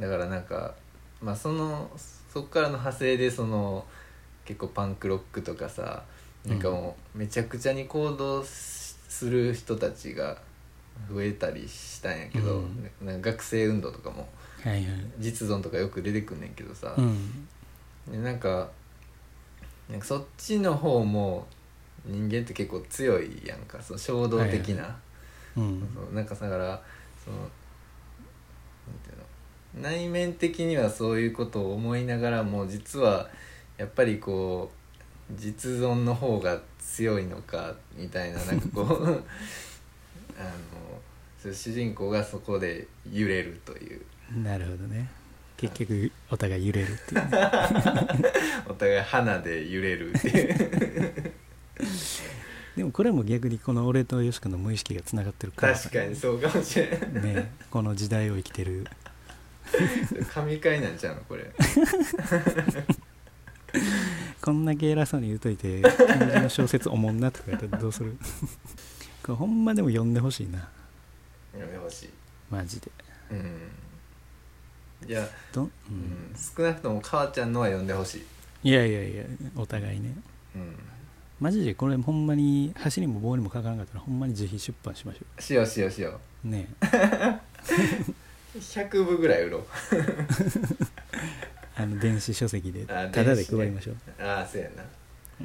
Speaker 1: だからなんかまあそのそっからの派生でその結構パンクロックとかさなんかもうめちゃくちゃに行動しする人たちが増えたりしたんやけど、
Speaker 2: うん
Speaker 1: なんか学生運動とかも
Speaker 2: はいはい
Speaker 1: 実存とかよく出てくんねんけどさ、
Speaker 2: うん
Speaker 1: でなんかなんかそっちの方も人間って結構強いやんかその衝動的な、
Speaker 2: うん
Speaker 1: そうなんかだからそのなんていうの内面的にはそういうことを思いながらも実はやっぱりこう実存の方が強いのかみたいななんかこう あのそう主人公がそこで揺れるという
Speaker 2: なるほどね結局お互い揺れるっていうね
Speaker 1: お互い花で揺れるって いう
Speaker 2: でもこれも逆にこの俺とよし君の無意識がつながってるから
Speaker 1: 確かにそうかもしれない
Speaker 2: ねこの時代を生きてる
Speaker 1: 神回なんちゃうのこれ
Speaker 2: こんだけ偉そうに言うといて漢字の小説おもんなとか言ったらどうするこれほんまでも読んでほしいな
Speaker 1: やめてほしい
Speaker 2: マジで
Speaker 1: うんいや
Speaker 2: どん、う
Speaker 1: うんん、少なくとも母ちゃんのは読んでほしい、
Speaker 2: いやいやいやお互いね
Speaker 1: うん、
Speaker 2: マジでこれほんまに走りも棒にもかからなかったらほんまに自費出版しましょ
Speaker 1: しようしようしよう
Speaker 2: うね
Speaker 1: 100部ぐらい売ろう
Speaker 2: えあの電子書籍で
Speaker 1: あ
Speaker 2: タダで配りましょう
Speaker 1: ああそうやな、
Speaker 2: う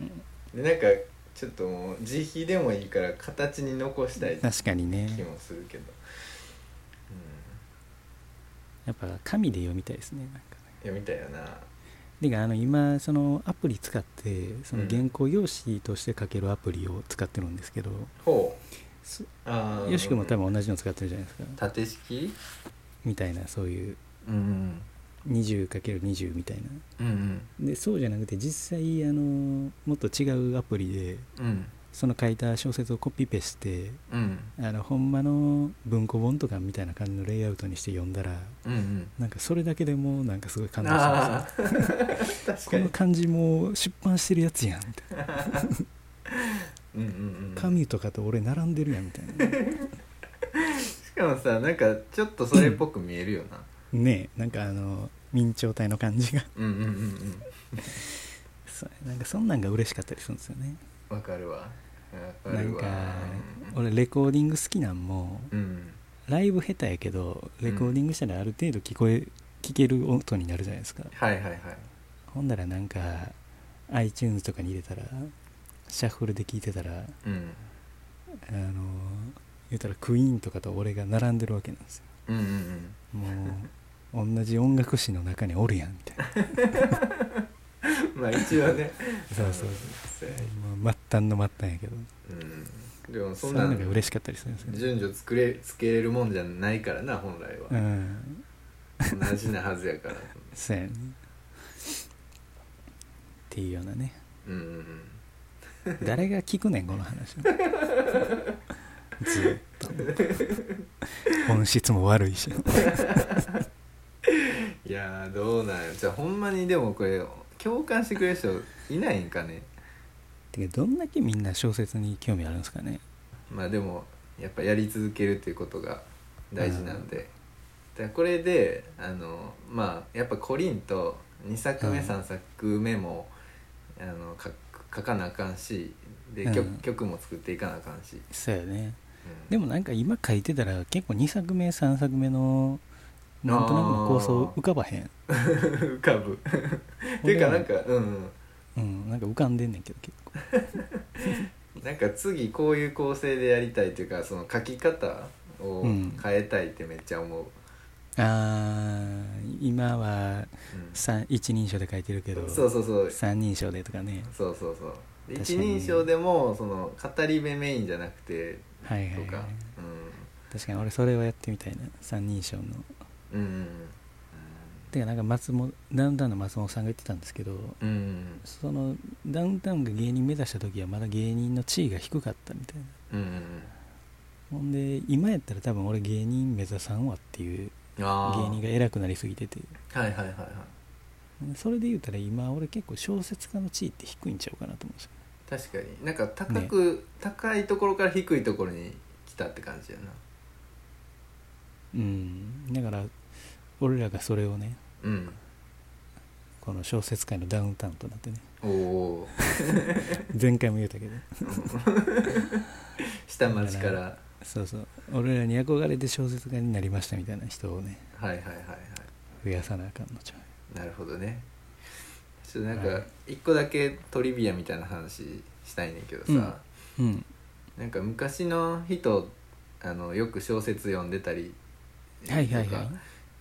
Speaker 2: ん
Speaker 1: でなんかちょっともう自費でもいいから形に残したい
Speaker 2: 確かに
Speaker 1: 気
Speaker 2: ね
Speaker 1: もするけど、
Speaker 2: やっぱ紙で読みたいですねなんかね
Speaker 1: うん、読みたいよな
Speaker 2: てかあの今そのアプリ使ってその
Speaker 1: うん
Speaker 2: 原稿用紙として書けるアプリを使ってるんですけど、
Speaker 1: ほ
Speaker 2: す
Speaker 1: うああ
Speaker 2: よし君も多分同じの使ってるじゃないですか
Speaker 1: 縦式
Speaker 2: みたいなそういう
Speaker 1: うん、
Speaker 2: 20×20 みたいな
Speaker 1: うん、うん
Speaker 2: でそうじゃなくて実際あのもっと違うアプリで
Speaker 1: うん
Speaker 2: その書いた小説をコピペして
Speaker 1: うんうん
Speaker 2: あのほんまの文庫本とかみたいな感じのレイアウトにして読んだら
Speaker 1: うん
Speaker 2: なんかそれだけでもうなんかすごい感動しま
Speaker 1: ああ
Speaker 2: す
Speaker 1: 確
Speaker 2: こ
Speaker 1: か
Speaker 2: の
Speaker 1: に
Speaker 2: 漢字も出版してるやつやんみたいな
Speaker 1: うんうんうん
Speaker 2: 紙とかと俺並んでるやんみたいな
Speaker 1: しかもさなんかちょっとそれっぽく見えるよな
Speaker 2: ねえなんかあの明朝体の感じが
Speaker 1: うんうんうんうん
Speaker 2: そうなんかそんなんが嬉しかったりするんですよね
Speaker 1: わかるわわか
Speaker 2: な
Speaker 1: る
Speaker 2: ん
Speaker 1: わ
Speaker 2: か俺レコーディング好きなんも
Speaker 1: うん
Speaker 2: ライブ下手やけどレコーディングしたらある程度聞こえ、聞ける音になるじゃないですか
Speaker 1: はいはいはい
Speaker 2: ほんだらなんか iTunes とかに入れたらシャッフルで聞いてたら
Speaker 1: うん
Speaker 2: あの言うたらクイーンとかと俺が並んでるわけなんですよ
Speaker 1: うんうんうん
Speaker 2: もう同じ音楽誌の中におるやんみ たいな
Speaker 1: まあ一応ね
Speaker 2: そうそう
Speaker 1: そうや
Speaker 2: もう末端の末端やけど
Speaker 1: うんでも
Speaker 2: そ
Speaker 1: そ
Speaker 2: うんいう
Speaker 1: な
Speaker 2: のが
Speaker 1: ん
Speaker 2: 嬉しかったりするんですよね
Speaker 1: 順序つくれつけれるもんじゃないからな本来
Speaker 2: う
Speaker 1: は
Speaker 2: ん
Speaker 1: 同じなはずやから
Speaker 2: そうやねっていうような ね
Speaker 1: うんうんうん
Speaker 2: 誰が聞くねんこの話ずっと本質も悪いし
Speaker 1: いやーどうなんやじゃあほんまにでもこれ共感してくれる人いないんかね
Speaker 2: てかどんだけみんな小説に興味あるんですかね
Speaker 1: まあでもやっぱやり続けるっていうことが大事なんで、だからこれであのまあやっぱコリンと2作目、
Speaker 2: うん
Speaker 1: 3作目もあの書書かなあかんしで曲,、
Speaker 2: うん
Speaker 1: 曲も作っていかなあかんし、
Speaker 2: そうやね
Speaker 1: うん
Speaker 2: でもなんか今書いてたら結構2作目3作目のなんとなくの構想浮かばへん、
Speaker 1: 浮かぶ っていうかなんかうんうん
Speaker 2: うん、なんか浮かんでんねんけど結構
Speaker 1: なんか次こういう構成でやりたいっていうかその書き方を
Speaker 2: うん
Speaker 1: 変えたいってめっちゃ思う、
Speaker 2: あー今は
Speaker 1: うん
Speaker 2: 三一人称で書いてるけど
Speaker 1: そうそうそう
Speaker 2: 三人称でとかね
Speaker 1: そうそうそうで
Speaker 2: 確か
Speaker 1: 一
Speaker 2: に
Speaker 1: 人称でもその語り部メインじゃなくて
Speaker 2: はいはい、
Speaker 1: と
Speaker 2: は
Speaker 1: か
Speaker 2: い、確かに俺それはやってみたいな三人称の
Speaker 1: うんうん
Speaker 2: てかなんか松本ダウンタウンの松本さんが言ってたんですけど
Speaker 1: うんうん
Speaker 2: そのダウンタウンが芸人目指した時はまだ芸人の地位が低かったみたいな
Speaker 1: うんうん
Speaker 2: ほんで今やったら多分俺芸人目指さんわっていう
Speaker 1: ああ
Speaker 2: 芸人が偉くなりすぎてて
Speaker 1: はいはいはいはい
Speaker 2: それで言うたら今俺結構小説家の地位って低いんちゃうかなと思うんですよ
Speaker 1: 確かになんか高く、高いところから低いところに来たって感じやな
Speaker 2: うんだから俺らがそれをね
Speaker 1: うん
Speaker 2: この小説界のダウンタウンとなってね
Speaker 1: おお ー
Speaker 2: 前回も言うたけど
Speaker 1: 下町からは
Speaker 2: そうそう俺らに憧れて小説家になりましたみたいな人をね
Speaker 1: いはいはいは
Speaker 2: 増やさなあかんのちゃう
Speaker 1: いなるほどねちょっとなんか
Speaker 2: はい
Speaker 1: 一個だけトリビアみたいな話したいねんけどさ、
Speaker 2: うんうん
Speaker 1: なんか昔の人あのよく小説読んでたり
Speaker 2: はいはい
Speaker 1: とか
Speaker 2: はい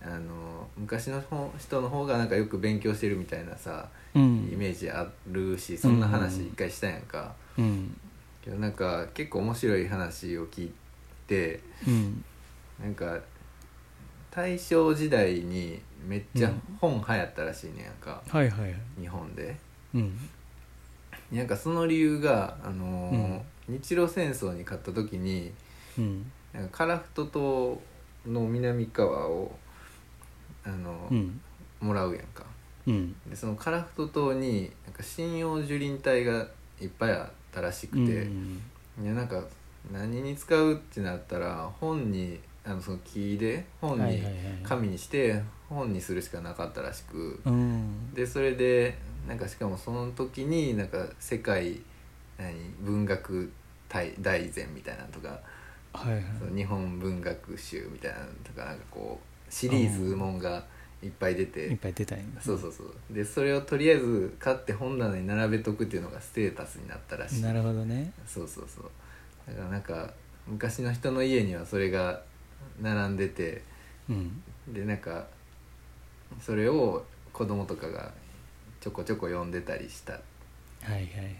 Speaker 1: あの昔の方人の方がなんかよく勉強してるみたいなさ、
Speaker 2: う
Speaker 1: イ
Speaker 2: ん
Speaker 1: メージあるしそんな話一回したやんか、
Speaker 2: うん
Speaker 1: けどなんか結構面白い話を聞いて
Speaker 2: うん
Speaker 1: なんか大正時代にめっちゃ
Speaker 2: うん
Speaker 1: 本流行ったらしいねやんか、
Speaker 2: はいはいはい
Speaker 1: 日本で。
Speaker 2: うん
Speaker 1: なんかその理由が、あのー
Speaker 2: うん
Speaker 1: 日露戦争に勝った時に
Speaker 2: うん
Speaker 1: なんかカラフト島の南側をあの、
Speaker 2: うん
Speaker 1: もらうやんか
Speaker 2: うん
Speaker 1: でそのカラフト島になんか針葉樹林帯がいっぱいあったらしく
Speaker 2: う
Speaker 1: て、
Speaker 2: ん
Speaker 1: いやなんか何に使うってなったら本にあのその木で本
Speaker 2: はい
Speaker 1: に
Speaker 2: はいはい
Speaker 1: 紙にして本にするしかなかったらしく
Speaker 2: うん
Speaker 1: でそれでなんかしかもその時になんか世界何文学大大全みたいなのとか
Speaker 2: はいはい
Speaker 1: その日本文学集みたいなのとかなんかこうシリーズもんがいっぱい出て
Speaker 2: いっぱい出たんやな
Speaker 1: そうそうそうでそれをとりあえず買って本棚に並べとくっていうのがステータスになったらしい
Speaker 2: なるほどね
Speaker 1: そうそうそうだからなんか昔の人の家にはそれが並んでて
Speaker 2: うん
Speaker 1: でなんかそれを子供とかがちょこちょこ読んでたりしたっ
Speaker 2: はいはいはい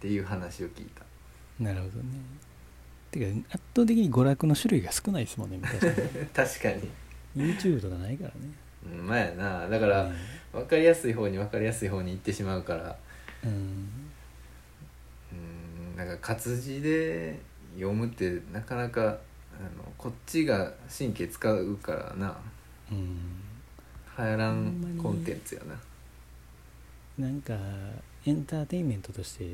Speaker 1: ていう話を聞いた
Speaker 2: なるほどねてか圧倒的に娯楽の種類が少ないですもんね昔ね
Speaker 1: 確かに
Speaker 2: YouTube とかないからね
Speaker 1: うんまあやなだから分かりやすい方に分かりやすい方に行ってしまうから
Speaker 2: うんうん
Speaker 1: うんなんか活字で読むってなかなかあのこっちが神経使うからな
Speaker 2: うん
Speaker 1: 流行ら
Speaker 2: ほんま
Speaker 1: ん
Speaker 2: に
Speaker 1: コンテンツやな
Speaker 2: なんかエンターテインメントとして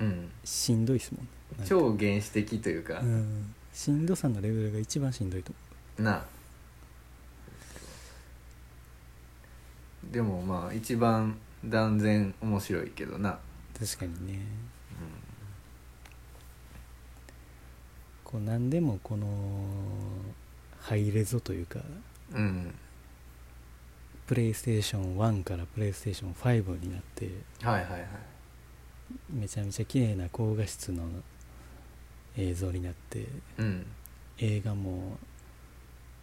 Speaker 1: うん
Speaker 2: しんどいですもんねなんか
Speaker 1: 超原始的というか、
Speaker 2: うんしんどさのレベルが一番しんどいと
Speaker 1: なあでもまあ一番断然面白いけどな、
Speaker 2: 思う確かにねこう何でもこの入れぞというか
Speaker 1: うん、うん
Speaker 2: プレイステーション1からプレイステーション5になって
Speaker 1: はいはいはい
Speaker 2: めちゃめちゃ綺麗な高画質の映像になって
Speaker 1: うん
Speaker 2: 映画も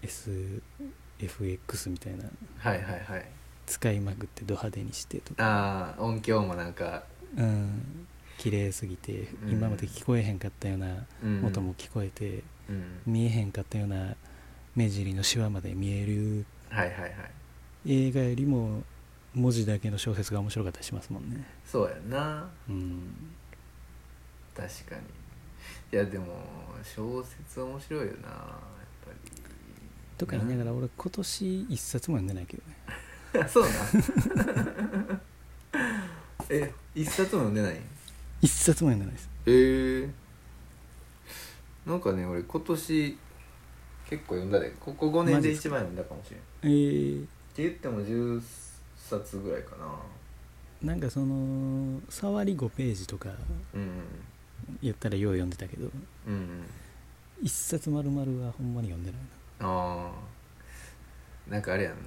Speaker 2: SFX みたいな
Speaker 1: はいはいはい
Speaker 2: 使いまくってド派手にしてとか、
Speaker 1: ああ音響もなんか、
Speaker 2: うん、綺麗すぎて
Speaker 1: うん
Speaker 2: 今まで聞こえへんかったような
Speaker 1: うん、
Speaker 2: 音も聞こえて
Speaker 1: うん
Speaker 2: 見えへんかったような目尻のシワまで見える
Speaker 1: はいはいはい
Speaker 2: 映画よりも文字だけの小説が面白かったりしますもんね。
Speaker 1: そうやな
Speaker 2: うん、
Speaker 1: 確かにいやでも小説面白いよなやっ
Speaker 2: とか言いながら俺今年一冊も読んでないけどね
Speaker 1: ぱり あそうな え一冊も読んでない
Speaker 2: 一冊も読んでないです。
Speaker 1: えー、なんかね俺今年結構読んだでここ5年で一番読んだかもしれんっ
Speaker 2: えー
Speaker 1: て言っても10冊ぐらいかな
Speaker 2: なんかその触り5ページとか
Speaker 1: うん
Speaker 2: やったらよう読んでたけど
Speaker 1: うんうん
Speaker 2: 一冊丸々はほんまに読んでないな
Speaker 1: ああなんかあれやんな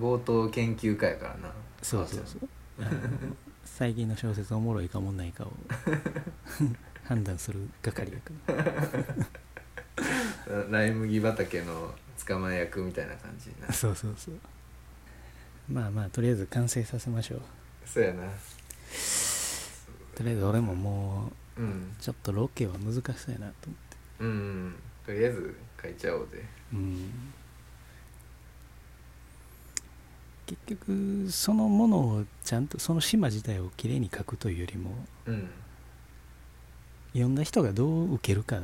Speaker 1: 冒頭研究会やからな
Speaker 2: そうそうそうあの最近の小説おもろいかおもんない かを判断する係やから
Speaker 1: うライ麦畑の捕まえ役みたいな感じにな
Speaker 2: そうそうそうまあまあとりあえず完成させましょう
Speaker 1: そうやな
Speaker 2: とりあえず俺もも
Speaker 1: うん
Speaker 2: うちょっとロケは難しそうやなと思って
Speaker 1: うんうんとりあえず書いちゃおうぜ
Speaker 2: うん結局そのものをちゃんとその島自体をきれいに書くというよりも
Speaker 1: うん
Speaker 2: 読んだ人がどう受けるか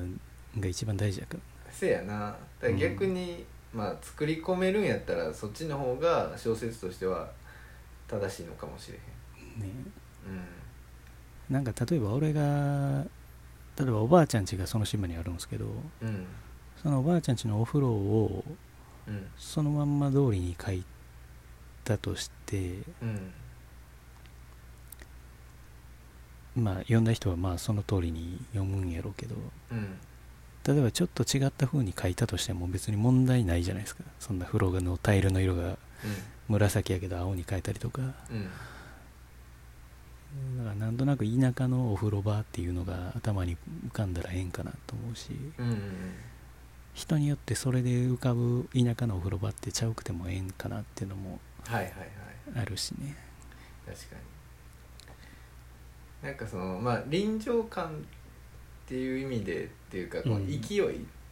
Speaker 2: が一番大事だから
Speaker 1: せやなだから逆に、まあ作り込めるんやったらそっちの方が小説としては正しいのかもしれへ
Speaker 2: ね
Speaker 1: んうん
Speaker 2: なんか例えば俺が例えばおばあちゃん家がその島にあるんですけど
Speaker 1: うん
Speaker 2: そのおばあちゃん家のお風呂を
Speaker 1: うん
Speaker 2: そのまんま通りに書いたとして
Speaker 1: うん
Speaker 2: まあ読んだ人はまあその通りに読むんやろうけど
Speaker 1: うん
Speaker 2: 例えばちょっと違った風に書いたとしても別に問題ないじゃないですかそんな風呂のタイルの色が紫やけど青に変えたりとか
Speaker 1: うん
Speaker 2: だからなんとなく田舎のお風呂場っていうのが頭に浮かんだらええんかなと思うし
Speaker 1: うんうん
Speaker 2: 人によってそれで浮かぶ田舎のお風呂場ってちゃうくてもええんかなっていうのも
Speaker 1: はいはいはい
Speaker 2: あるしね
Speaker 1: 確かになんかそのまあ臨場感っていう意味でっていうか、こう
Speaker 2: うん
Speaker 1: 勢い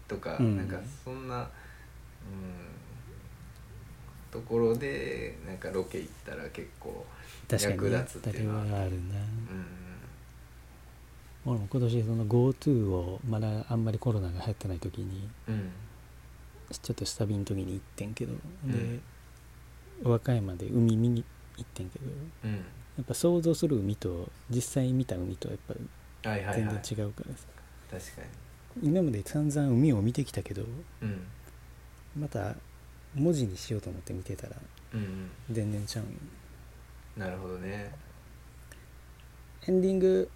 Speaker 1: とか、
Speaker 2: うん
Speaker 1: なんかそんなうんところでなんかロケ行ったら結構
Speaker 2: 確かに、ね、
Speaker 1: 役立つっていうのは
Speaker 2: あ
Speaker 1: う
Speaker 2: るな
Speaker 1: ん
Speaker 2: 俺も今年その GoTo をまだあんまりコロナが流行ってない時に
Speaker 1: うん
Speaker 2: ちょっと下火の時に行ってんけど、
Speaker 1: うん
Speaker 2: で和歌山で海見に行ってんけどや
Speaker 1: うん
Speaker 2: っぱ想像する海と実際見た海とはやっ
Speaker 1: はい
Speaker 2: ぱ
Speaker 1: はい
Speaker 2: 全
Speaker 1: はい確
Speaker 2: 然
Speaker 1: か
Speaker 2: 違うからさ、
Speaker 1: に
Speaker 2: 今まで散々海を見てきたけど
Speaker 1: うん
Speaker 2: また文字にしようと思って見てたら
Speaker 1: うんうん
Speaker 2: 全然ちゃうんよ
Speaker 1: なるほどね
Speaker 2: エンディング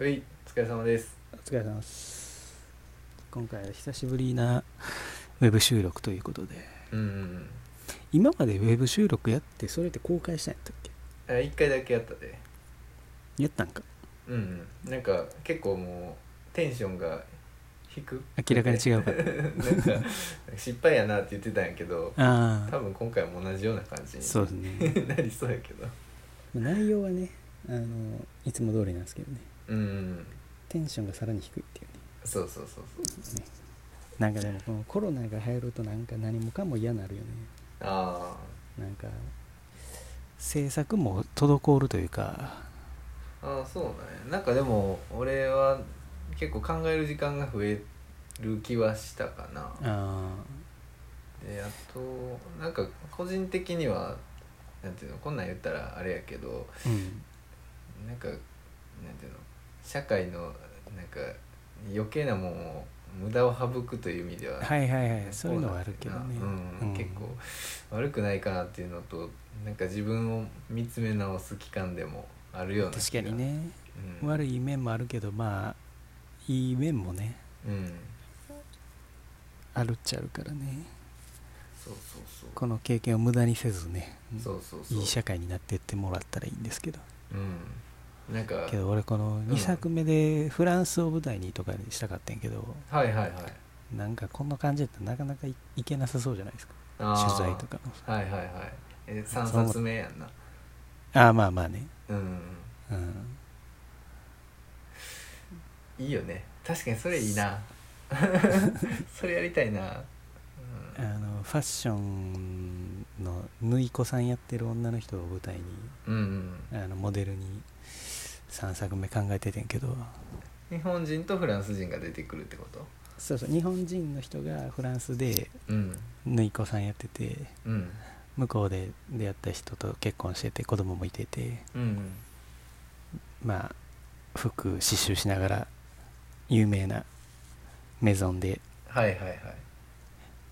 Speaker 1: はいお疲れ様です
Speaker 2: お疲れ様です 今回は久しぶりなウェブ収録ということで
Speaker 1: うんうん
Speaker 2: 今までウェブ収録やってそれって公開したんやったっけ
Speaker 1: あ1回だけやったで
Speaker 2: やったんか
Speaker 1: うんうんなんか結構もうテンションが低く
Speaker 2: 明らかに違うかっ
Speaker 1: なんか失敗やなって言ってたんやけど
Speaker 2: たあ
Speaker 1: 多
Speaker 2: あ
Speaker 1: 分今回も同じような感じに
Speaker 2: そうですね
Speaker 1: なりそうやけど
Speaker 2: まあ内容はねあのいつも通りなんですけどね
Speaker 1: うん
Speaker 2: テンションがさらに低いっていうね
Speaker 1: そうそうそうそう
Speaker 2: なんかでもこのコロナが流行るとなんか何もかも嫌なるよね
Speaker 1: あ
Speaker 2: なんか制作も滞るというか
Speaker 1: ーあーそうねなんかでも俺は結構考える時間が増える気はしたかな
Speaker 2: あ
Speaker 1: であとなんか個人的にはなんていうのこんなん言ったらあれやけど
Speaker 2: ーうん
Speaker 1: なんかなんていうの社会のなんか余計なもんを無駄を省くという意味では、
Speaker 2: はいはいはいそういうのはあるけどね、
Speaker 1: うん
Speaker 2: うん
Speaker 1: 結構悪くないかなっていうのとなんか自分を見つめ直す期間でもあるような
Speaker 2: 確かに、ね、
Speaker 1: うん、
Speaker 2: 悪い面もあるけどまあいい面もね
Speaker 1: うん
Speaker 2: あるっちゃあるからね
Speaker 1: そうそうそう
Speaker 2: この経験を無駄にせずね
Speaker 1: そうそうそう
Speaker 2: いい社会になってってもらったらいいんですけど
Speaker 1: うんなんか
Speaker 2: けど俺この2作目でフランスを舞台にとかにしたかったんやけど、
Speaker 1: はいはいはい
Speaker 2: なんかこんな感じだったらなかなかいいけなさそうじゃないですか
Speaker 1: あー
Speaker 2: 取材とかの
Speaker 1: はいはいはいえ3冊目やんな
Speaker 2: ああまあまあね
Speaker 1: うん
Speaker 2: うん
Speaker 1: いいよね確かにそれいい なそれやりたいな、
Speaker 2: あのファッションの縫い子さんやってる女の人を舞台に
Speaker 1: うん、うん
Speaker 2: あのモデルに3作目考えててんけど
Speaker 1: うん日本人とフランス人が出てくるってこと
Speaker 2: そうそう日本人の人がフランスで
Speaker 1: うん
Speaker 2: 縫い子さんやってて
Speaker 1: うん
Speaker 2: 向こうで出会った人と結婚してて子供もいてて
Speaker 1: うんうん
Speaker 2: まあ服刺繍しながら有名なメゾンで
Speaker 1: はいはいはい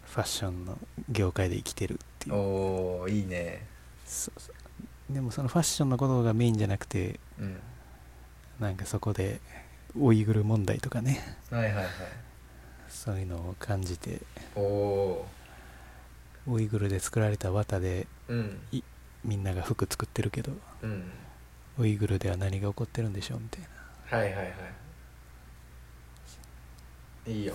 Speaker 2: ファッションの業界で生きてるっていう
Speaker 1: おーいいね
Speaker 2: そうそうでもそのファッションのことがメインじゃなくて
Speaker 1: うん
Speaker 2: なんかそこでウイグル問題とかね
Speaker 1: はいはいはい
Speaker 2: そういうのを感じて
Speaker 1: おお
Speaker 2: ウイグルで作られた綿で
Speaker 1: ーうん
Speaker 2: みんなが服作ってるけど
Speaker 1: うん
Speaker 2: ウイグルでは何が起こってるんでしょうみたいな
Speaker 1: はいはいはい いいよ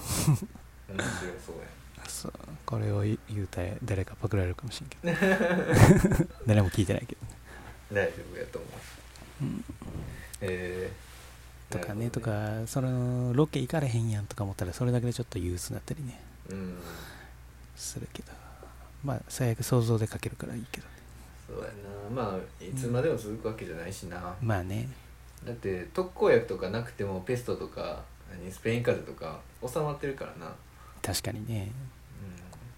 Speaker 1: 面白そうや
Speaker 2: そうこれを言うたら誰かパクられるかもしれんけど 誰も聞いてないけど
Speaker 1: 大丈夫やと思う、えー
Speaker 2: とかね
Speaker 1: なるほ
Speaker 2: と
Speaker 1: ど
Speaker 2: かそのロケ行かれへんやんとか思ったらそれだけでちょっと憂鬱になったりね
Speaker 1: うん
Speaker 2: するけどまあ最悪想像で書けるからいいけど
Speaker 1: そうやなまあいつまでも続くわけじゃないしな、
Speaker 2: まあね
Speaker 1: だって特効薬とかなくてもペストとか何スペイン風邪とか収まってるからな、
Speaker 2: 確かにね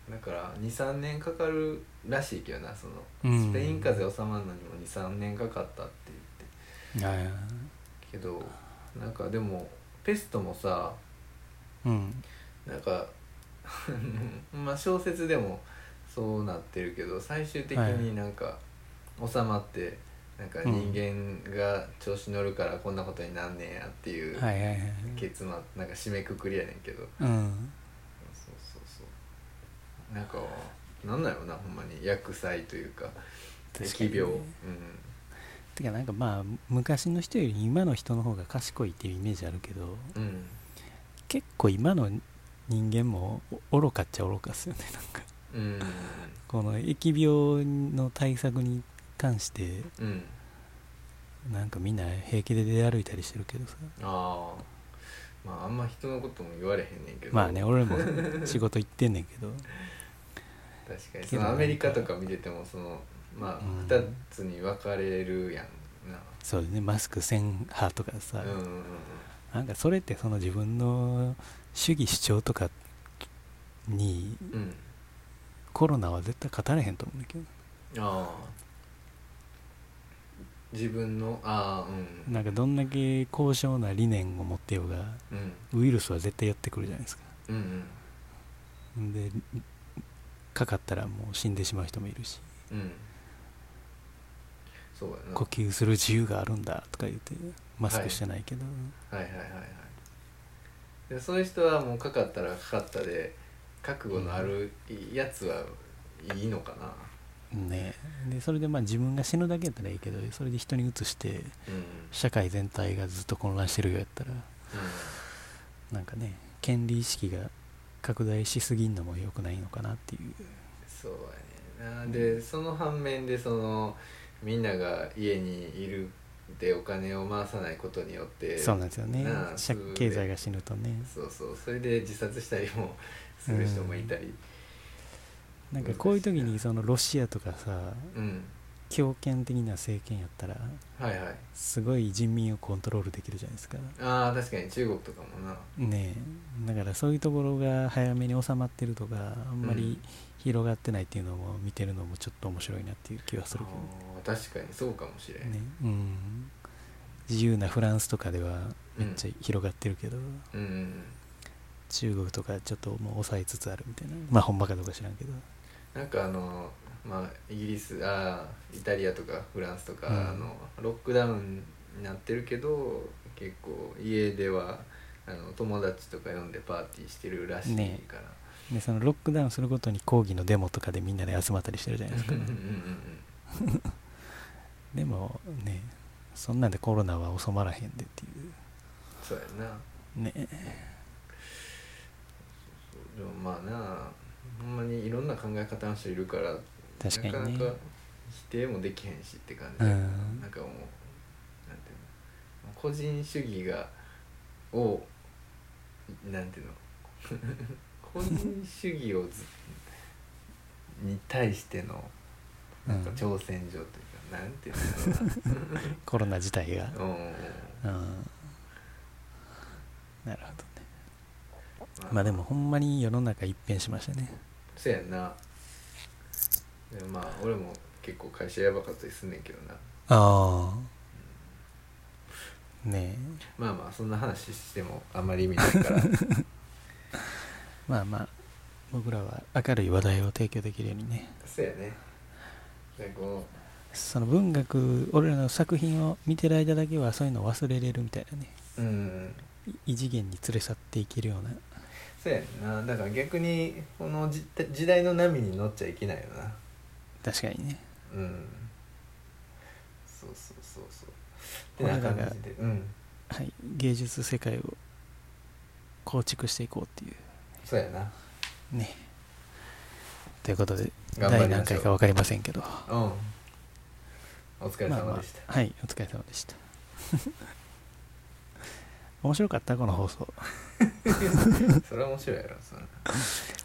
Speaker 1: うん、だから23年かかるらしいけどなその
Speaker 2: うん
Speaker 1: スペイン風邪収まるのにも23年かかったって言って
Speaker 2: ああ
Speaker 1: けどなんかでもペストもさ
Speaker 2: うん
Speaker 1: なんか まあ小説でもそうなってるけど最終的になんか収まって、なんか人間が調子乗るからこんなことになんねんやっていう
Speaker 2: はいはいはい
Speaker 1: 結末、なんか締めくくりやねんけど
Speaker 2: うん
Speaker 1: そうそうそうなんかなんだろうなほんまに薬剤というか
Speaker 2: 確かに
Speaker 1: 疫
Speaker 2: ね
Speaker 1: 病うん
Speaker 2: てかなんかまあ昔の人より今の人の方が賢いっていうイメージあるけど
Speaker 1: うん
Speaker 2: 結構今の人間もお愚かっちゃ愚かっすよねなんか
Speaker 1: うん
Speaker 2: この疫病の対策に関して
Speaker 1: うん
Speaker 2: なんかみんな平気で出歩いたりしてるけどさ
Speaker 1: ああまああんま人のことも言われへんねんけど
Speaker 2: まあね俺も仕事行ってんねんけ ど
Speaker 1: 確かに
Speaker 2: け
Speaker 1: そ
Speaker 2: ど
Speaker 1: のアメリカとか見ててもそのまあ
Speaker 2: うん
Speaker 1: 2つに分かれるやんな
Speaker 2: そうだねマスクせん派とかさ、
Speaker 1: うんうんうん
Speaker 2: なんかそれってその自分の主義主張とかに
Speaker 1: うん
Speaker 2: コロナは絶対勝たれへんと思うんだけど
Speaker 1: ああ自分のああうん
Speaker 2: なんかどんだけ高尚な理念を持ってようが
Speaker 1: うん
Speaker 2: ウイルスは絶対やってくるじゃないですか
Speaker 1: うんうん
Speaker 2: でかかったらもう死んでしまう人もいるし
Speaker 1: うんそうやな
Speaker 2: 呼吸する自由があるんだとか言ってマス
Speaker 1: は
Speaker 2: ク
Speaker 1: い
Speaker 2: してないけど、
Speaker 1: はいはいはいはいでそういう人はもうかかったらかかったで覚悟のあるやつはいいのかな
Speaker 2: ねでそれでまあ自分が死ぬだけやったらいいけどそれで人に移して
Speaker 1: うん、うん
Speaker 2: 社会全体がずっと混乱してるようやったらなんかね権利意識が拡大しすぎんのも良くないのかなっていう
Speaker 1: そうやねんなでその反面でそのみんなが家にいるでお金を回さないことによって
Speaker 2: そうなんですよね
Speaker 1: なあ
Speaker 2: 社
Speaker 1: そうで
Speaker 2: 経済が死ぬとね
Speaker 1: そうそうそれで自殺したりもする人もいたり
Speaker 2: なんかこういう時にそのロシアとかさ
Speaker 1: うん、
Speaker 2: 強権的な政権やったら
Speaker 1: はいはい
Speaker 2: すごい人民をコントロールできるじゃないですか
Speaker 1: ああ確かに中国とかもな
Speaker 2: ねえだからそういうところが早めに収まってるとかあんまり広がってないっていうのも見てるのもちょっと面白いなっていう気はするけどね
Speaker 1: あー確かにそうかもしれん、
Speaker 2: ね、うん、自由なフランスとかでは
Speaker 1: うん
Speaker 2: めっちゃ広がってるけど、
Speaker 1: うんうんうん
Speaker 2: 中国とかちょっともう抑えつつあるみたいなまあほんまかどうか知らんけど
Speaker 1: なんかあのまあイギリスあーイタリアとかフランスとか、
Speaker 2: うん
Speaker 1: あのロックダウンになってるけど結構家ではあの友達とか呼んでパーティーしてるらしい
Speaker 2: ね
Speaker 1: から、
Speaker 2: でそのロックダウンするごとに抗議のデモとかでみんなで集まったりしてるじゃないです
Speaker 1: う
Speaker 2: か
Speaker 1: んうんうん
Speaker 2: でもねそんなんでコロナは収まらへんでってい
Speaker 1: そうやな
Speaker 2: うね
Speaker 1: でもまあなほんまにいろんな考え方の人いるから
Speaker 2: 確かにね
Speaker 1: なかなか否定もできへんしって感じ、
Speaker 2: うん
Speaker 1: なんかもうなんていうの個人主義がをなんていうの 個人主義をずに対してのなんか
Speaker 2: うん
Speaker 1: 挑戦状というか、なんていうんだろ
Speaker 2: コロナ自体が
Speaker 1: うなうん
Speaker 2: うんなるほどねまあでもほんまに世の中一変しましたね
Speaker 1: そうやんなでもまあ俺も結構会社やばかったりすんねんけどな
Speaker 2: ああねえ
Speaker 1: まあまあそんな話してもあんまり意味ない から
Speaker 2: まあまあ僕らは明るい話題を提供できるようにね
Speaker 1: そうやねでこ
Speaker 2: その文学俺らの作品を見てる間だけはそういうのを忘れれるみたいなね
Speaker 1: ううん
Speaker 2: い異次元に連れ去っていけるような
Speaker 1: そうやんなだから逆にこのじ時代の波に乗っちゃいけないよな
Speaker 2: 確かにね
Speaker 1: うんそうそうそうそう
Speaker 2: 俺らが
Speaker 1: てな感じでうん
Speaker 2: はい芸術世界を構築していこうっていう
Speaker 1: そうやな
Speaker 2: ねということで
Speaker 1: 頑張
Speaker 2: 第
Speaker 1: り
Speaker 2: 何
Speaker 1: ましょ
Speaker 2: 回
Speaker 1: う
Speaker 2: か分かりませんけど
Speaker 1: うんお疲れ
Speaker 2: まあ
Speaker 1: 様
Speaker 2: ま
Speaker 1: でした、
Speaker 2: あはいお疲れ様でした 面白かったこの放送
Speaker 1: それは面白いやろそ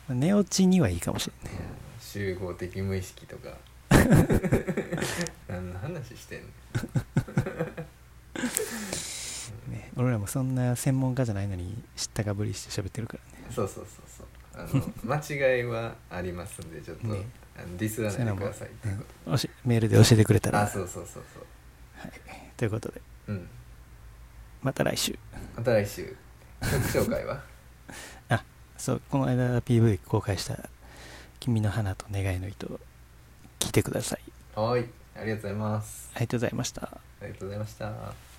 Speaker 1: の
Speaker 2: 寝落ちにはいいかもしれない
Speaker 1: 集合的無意識 とか何の話してんの
Speaker 2: ね俺らもそんな専門家じゃないのに知ったかぶりして喋ってるからね
Speaker 1: そうそうそうそうあ の間違いはありますんでちょっと、
Speaker 2: ね
Speaker 1: あのディスらないでくださいっていうこ
Speaker 2: おしメールで教えてくれた
Speaker 1: とあ
Speaker 2: ら
Speaker 1: そうそうそうそう
Speaker 2: ということで
Speaker 1: うん
Speaker 2: また来週
Speaker 1: また来週曲紹介は
Speaker 2: そうこの間 PV 公開した「君の花と願いの糸」聞いてください
Speaker 1: はーいありがとうございます
Speaker 2: ありがとうございました
Speaker 1: ありがとうございました